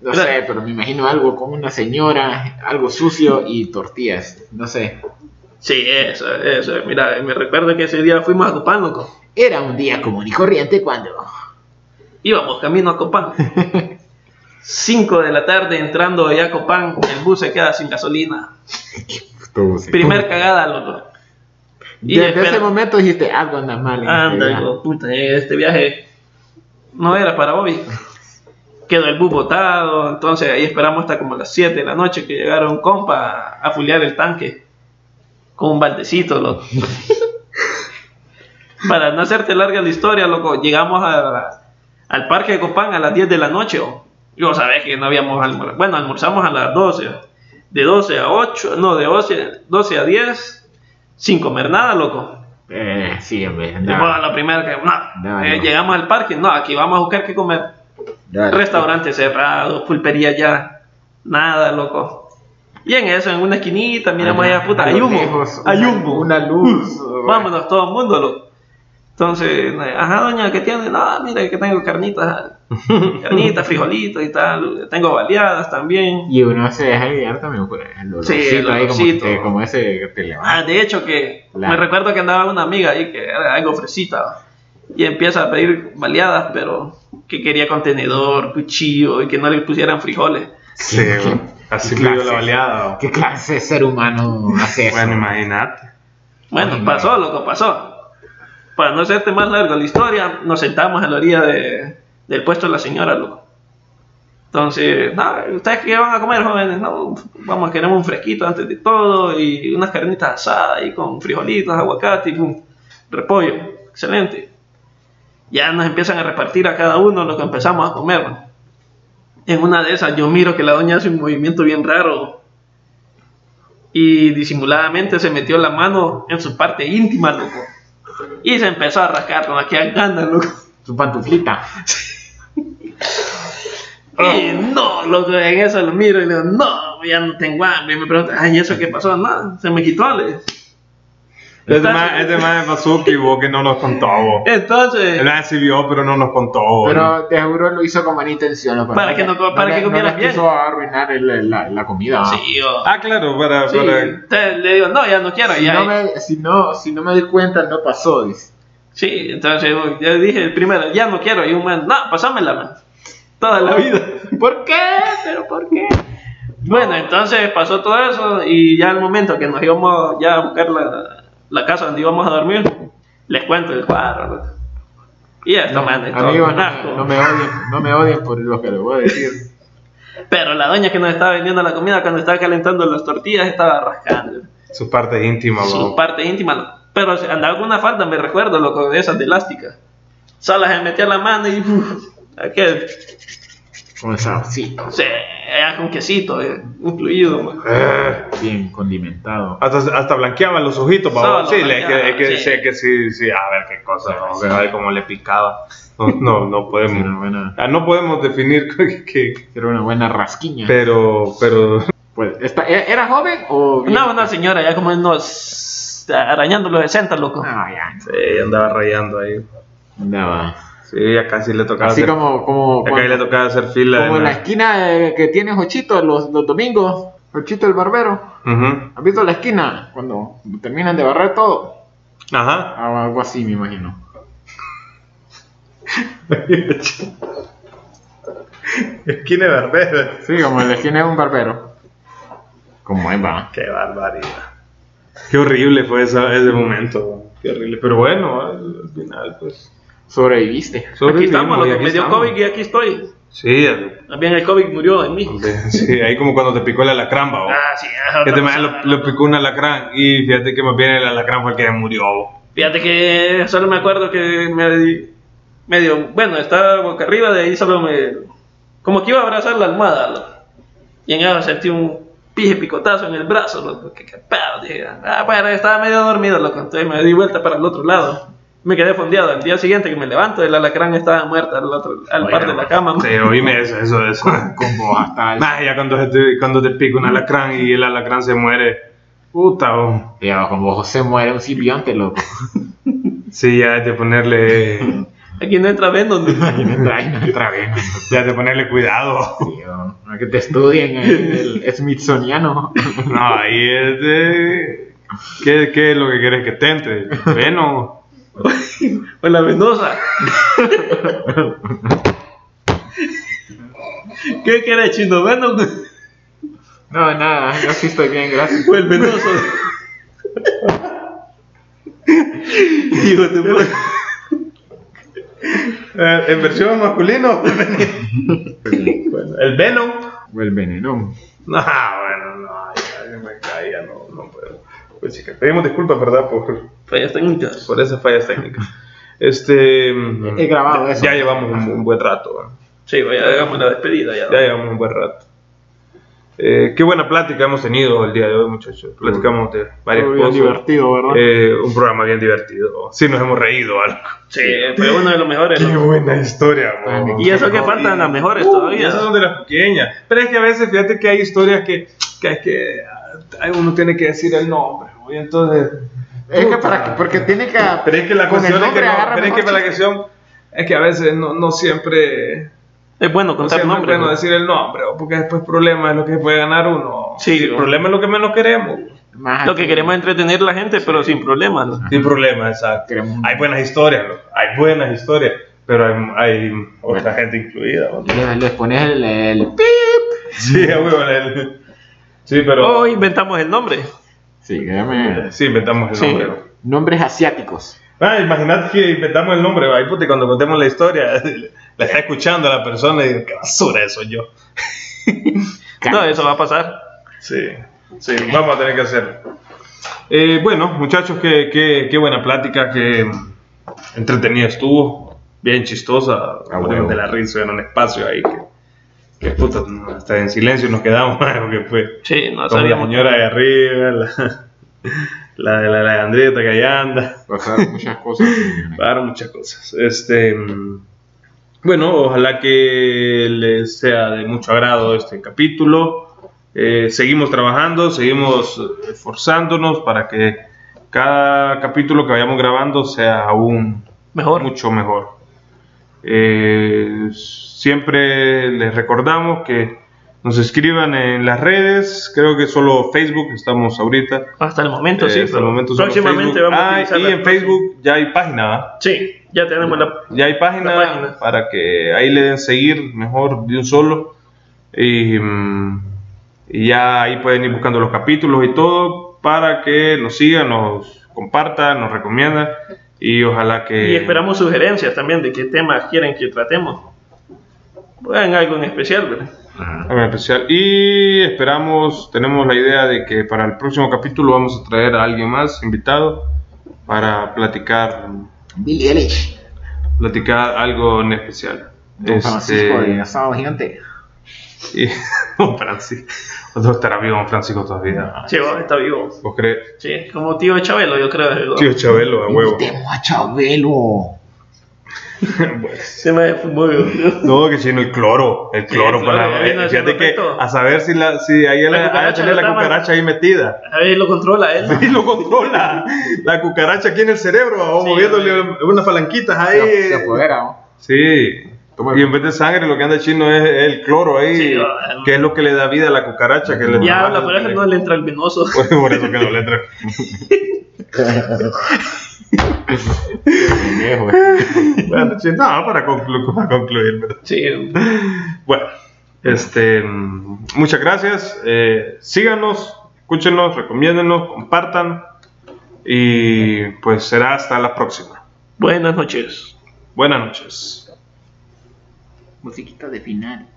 C: No sé, pero me imagino algo con una señora, algo sucio y tortillas. No sé.
B: Sí, eso, eso. Mira, me recuerdo que ese día fuimos a Copán, loco.
C: Era un día común y corriente cuando.
B: Íbamos camino a Copán. 5 de la tarde entrando allá a Copán, el bus se queda sin gasolina. Primer cagada, loco. Y
C: Desde
B: espera-
C: ese momento dijiste "Ah, algo anda mal. en
B: Anda,
C: este
B: hijo de puta, este viaje no era para hoy. Quedó el bus botado, entonces ahí esperamos hasta como las 7 de la noche que llegaron compa a fulear el tanque con un baldecito, loco. para no hacerte larga la historia, loco, llegamos a- al parque de Copán a las 10 de la noche. o. Y vos sabés que no habíamos almorzado. Bueno, almorzamos a las 12. De 12 a 8, no, de 12, 12 a 10, sin comer nada, loco.
C: día. Eh, sí, hombre.
B: Y bueno, la primera que, no,
C: No,
B: eh,
C: no.
B: llegamos al parque, no, aquí vamos a buscar qué comer. Restaurantes cerrados, pulpería ya, nada, loco. Y en eso, en una esquinita, miramos allá, puta, hay humo, hay humo.
C: Una luz.
B: Vámonos todo el mundo, loco. Entonces, ajá, doña, ¿qué tiene? No, mire, que tengo carnitas, carnitas, frijolitos y tal, tengo baleadas también.
C: Y uno se deja guiar también por el olorcito
B: Sí, el
C: ahí como, que
B: olorcito.
C: te- como ese que te levanta.
B: Ah, de hecho que
C: La-
B: me recuerdo que andaba una amiga ahí que era algo fresita ¿va? y empieza a pedir baleadas, pero que quería contenedor, cuchillo y que no le pusieran frijoles.
A: Sí, bo. Así pidió la baleada, bo.
C: ¿Qué clase de ser humano hace eso?
A: Bueno, imagínate.
B: Bueno,
C: Ay, no.
B: pasó, loco, pasó. Para no hacerte más largo la historia, nos sentamos a la orilla de- del puesto de la señora, loco. Entonces, nada, ¿ustedes qué van a comer, jóvenes? No, vamos, queremos un fresquito antes de todo y unas carnitas asadas y con frijolitos, aguacate y pum, repollo. Excelente. Ya nos empiezan a repartir a cada uno lo que empezamos a comer. ¿no? En una de esas yo miro que la doña hace un movimiento bien raro y disimuladamente se metió la mano en su parte íntima, loco. Y se empezó a rascar con aquella ganas, loco.
C: Su pantuflita.
B: Y
C: Oh.
B: no, loco, en eso lo miro y le digo, no, ya no tengo hambre. Y me pregunta, ay, ¿y eso qué pasó? No, se me quitó. le digo.
A: Este
B: Está- Eh.
A: más, este más de Pazuki, bo, que no nos contó, bo.
B: Entonces,
A: Él sí vio, pero no nos contó, bo.
C: Pero te juro lo hizo con mala intención. loco.
B: Para que no- para
C: le-
B: que comieras
C: no le
B: bien.
C: quiso arruinar el- la, la comida.
B: sí, yo,
A: Ah, claro, para...
B: sí.
A: para...
B: Entonces le digo, no, ya no quiero.
C: Si
B: ya,
C: no, me, si, no, si no me di cuenta, no pasó. dice.
B: Sí, entonces yo, yo dije, primero, ya no quiero. Y un man, no, pasámela, man. Toda
C: Oh.
B: la vida.
C: ¿Por qué? ¿Pero por qué?
B: Bueno, entonces pasó todo eso y ya al momento que nos íbamos ya a buscar la, la casa donde íbamos a dormir, les cuento el cuadro. loco. Y esto, man, esto,
C: Amigos,
B: un asco.
C: no, no me odien, no me odien por lo que les voy a decir.
B: Pero la doña que nos estaba vendiendo la comida cuando estaba calentando las tortillas estaba rascando
A: Su parte íntima,
B: su
A: bo.
B: parte íntima. loco. Pero se- andaba con una falda, me recuerdo, loco, de esas de elástica. Solo se metía la mano y... uff, aquel,
C: Con el saborcito.
B: se, era con quesito, eh, incluido, man.
A: Eh,
C: Bien condimentado.
A: Hasta, hasta blanqueaban los ojitos,
B: Solo
A: babón. Sí, le,
B: blanqueaban,
A: que, que,
B: sí.
A: sé que sí, sí, a ver qué cosa, vamos a ver cómo le picaba. No, no, no
C: Era una
A: podemos.
C: buena,
A: Ah, no podemos definir que, que-
C: era una buena rasquiña.
A: pero, pero
C: Pues, esta- ¿e- ¿Era joven o.? bien?
B: No, una señora ya como unos arañando los 60, loco.
C: Ah, ya.
A: sí, andaba rayando ahí.
C: Andaba.
A: Sí, ya casi le tocaba
C: Así
A: hacer,
C: como. como
A: ya casi le tocaba hacer fila.
C: Como
A: en
C: en la
A: la-
C: esquina de- que tiene Jochito los, los domingos, Jochito el barbero.
A: Ujú.
C: ¿Has visto la esquina? Cuando terminan de barrer todo.
A: Ajá.
C: Ah, Algo así, me imagino.
A: Esquina de barbero.
C: Sí, como en la esquina de un barbero. Como ahí va.
A: Qué barbaridad. Qué horrible fue esa- ese momento. Qué horrible. Pero bueno, al, al final, pues.
C: Sobreviviste.
B: Aquí
A: sobrevivimos
B: estamos,
A: y
B: loco.
A: aquí
B: Me dio
A: estamos.
B: COVID y aquí estoy.
A: Sí,
B: También el COVID murió en mí.
A: hombre, sí, ahí como cuando te picó el alacrán, babo.
B: Ah, sí. ah,
A: Este
B: otra
A: man
B: cosa.
A: lo, lo picó un alacrán y fíjate que más bien el alacrán fue el que murió.
B: Fíjate que solo me acuerdo que me medio, bueno, estaba boca arriba, de ahí solo me. Como que iba a abrazar la almohada, loco. Y en eso sentí un pije picotazo en el brazo, loco. Que qué pedo, dije. Ah, bueno, estaba medio dormido, loco. Entonces me di vuelta para el otro lado. Me quedé fondeado. Al día siguiente que me levanto, el alacrán estaba muerto al, otro, al par de la cama.
A: Sí, oíme eso, eso, eso.
C: Con vos hasta el...
A: Más ya cuando, se te- cuando te pica un alacrán y el alacrán se muere. Puta, bo.
C: Ya, con vos se muere un simbionte, loco.
A: Sí, ya de ponerle.
B: Aquí no entra Venom.
C: Y me traen otra vez, man.
A: Ya de ponerle cuidado.
C: Sí, no, no que te estudien el, el smithsoniano.
A: No, ahí es de. ¿Qué, qué es lo que quieres que te entre? Bueno.
B: o la venosa. ¿Qué quiere chino? ¿Venom?
C: No, nada, yo sí estoy bien, gracias.
B: ¿O el venoso? Hijo de puta.
A: Eh, ¿En versión masculino? ¿El Venom?
C: O el veneno.
A: No, bueno, no, ya, ya me caía, no, no puedo. Pues sí, que pedimos disculpas, ¿verdad? Por,
B: Fallas técnicas.
A: por esas fallas técnicas. Este.
C: He grabado eso. Ah,
A: Ya llevamos un, un buen rato, ¿eh?
B: Sí, vaya, hagamos la despedida ya.
A: Ya llevamos un buen rato. Eh, qué buena plática hemos tenido el día de hoy, muchachos. Platicamos de varias
C: Estuvo bien
A: cosas.
C: divertido, ¿verdad?
A: Eh, un programa bien divertido. Sí, nos hemos reído algo.
B: Sí, fue uno de los mejores.
A: Qué
B: ¿no?
A: buena historia, bro.
B: Y eso que faltan las mejores todavía.
A: Ah. Uh, Esas son de las pequeñas. Pero es que a veces, fíjate que hay historias que, que hay que. ah, Uno tiene que decir el nombre, bro, y entonces.
C: es que
A: puta.
C: para que, porque tiene que.
A: Pero es que la
C: con
A: cuestión
C: el
A: es que,
C: nombre
A: no-
C: agarra
A: pero es que
C: mejor
A: para la
C: chiste.
A: cuestión es que a veces no, no siempre.
B: Es bueno
A: No
B: contar
A: siempre es
B: nombres.
A: bueno
B: ¿no?
A: decir el nombre, bro, porque después problema es lo que puede ganar uno.
B: Sí,
A: el
B: bro.
A: problema es lo que menos queremos. bro.
C: Más
B: Lo que queremos es entretener a la gente, pero sin problemas. ¿no?
A: Sin problema, exacto.
C: Queremos-
A: Hay buenas historias, loco. hay buenas historias, pero hay, hay otra gente incluida. ¿no?
C: Le- Les pones el, el-
A: Sí, a huevo, el- Sí, pero.
B: O inventamos el nombre.
C: Sí, créeme.
A: Sí, inventamos el
B: Sí.
A: nombre. ¿no?
C: Nombres asiáticos.
A: Ah, imagínate que inventamos el nombre, va, y puta, y cuando contemos la historia, la está escuchando la persona y dice, qué basura eso yo.
B: No, eso va a pasar.
A: Sí, sí, vamos a tener que hacerlo. Eh, bueno, muchachos, qué, qué, qué buena plática, qué entretenida estuvo, bien chistosa,
C: Ah,
A: morimos
C: huevo.
A: de la risa en un espacio ahí que, que puta, no, hasta en silencio nos quedamos, porque fue
B: Sí, no
A: como la
B: sabíamos.
A: señora de arriba, la, la, la, la Andrieta que ahí anda.
C: Pasaron muchas cosas.
A: Para muchas cosas. Este, mm, bueno, ojalá que les sea de mucho agrado este capítulo. Eh, seguimos trabajando, seguimos esforzándonos para que cada capítulo que vayamos grabando sea aún
B: Mejor.
A: mucho mejor. Eh, siempre les recordamos que nos escriban en las redes, creo que solo Facebook estamos ahorita.
B: Hasta el momento,
A: Eh,
B: sí.
A: hasta el
B: pero
A: momento solo
B: próximamente
A: Facebook.
B: vamos a
A: Ah,
B: utilizar
A: y
B: la-
A: en Facebook ya hay página, ¿va?
B: Sí, ya tenemos la.
A: Ya hay página,
B: La página.
A: para que ahí le den seguir mejor de un solo. Y, mm, y ya ahí pueden ir buscando los capítulos y todo para que nos sigan, nos compartan, nos recomiendan. Y ojalá que.
B: Y esperamos sugerencias también de qué temas quieren que tratemos. Hagan algo en especial, ¿verdad?
A: Algo en especial. Y esperamos, tenemos la idea de que para el próximo capítulo vamos a traer a alguien más invitado para platicar,
C: Billy Eilish.
A: platicar algo en especial.
C: Don Francisco
A: Este-
C: de Asado Gigante.
A: Y don Francisco. ¿Dónde
B: este
A: estará vivo don Francisco todavía?
B: Sí, va, está vivo.
A: ¿Vos crees?
B: Sí, como tío de Chabelo, yo creo.
A: Tío Chabelo, a huevo.
C: Invitemos a Chabelo.
B: Se me fumó. yo.
A: No, que chino, el cloro. El
B: Sí,
A: cloro
B: el
A: para
B: cloro,
A: la.
B: ahí
A: eh,
B: no hace
A: fíjate que
B: perfecto.
A: a saber si, la, si ahí
B: La
A: la,
B: cucaracha
A: ahí tener
B: lo
A: la
B: está
A: cucaracha ahí metida.
B: A ver, lo controla él. ¿no?
A: Y lo controla. La cucaracha aquí en el cerebro, o
B: Sí,
A: moviéndole unas falanquitas ahí.
C: Se, se apodera, ¿no?
A: Sí.
C: Toma.
A: Y en vez de sangre, lo que anda chino es el cloro ahí,
B: Sí, va.
A: que es lo que le da vida a la cucaracha. Que le
B: Ya habla, pero a él no le entra el venoso.
A: Por eso que no le entra.
C: Pendejo.
A: Bueno, sí, no, para concluir, para concluir, ¿verdad?
B: Sí,
A: Bueno, este, mm, muchas gracias. eh, síganos, escúchenos, recomiéndenos, compartan. Y pues será hasta la próxima.
B: buenas noches.
A: Buenas noches.
C: Musiquita de final.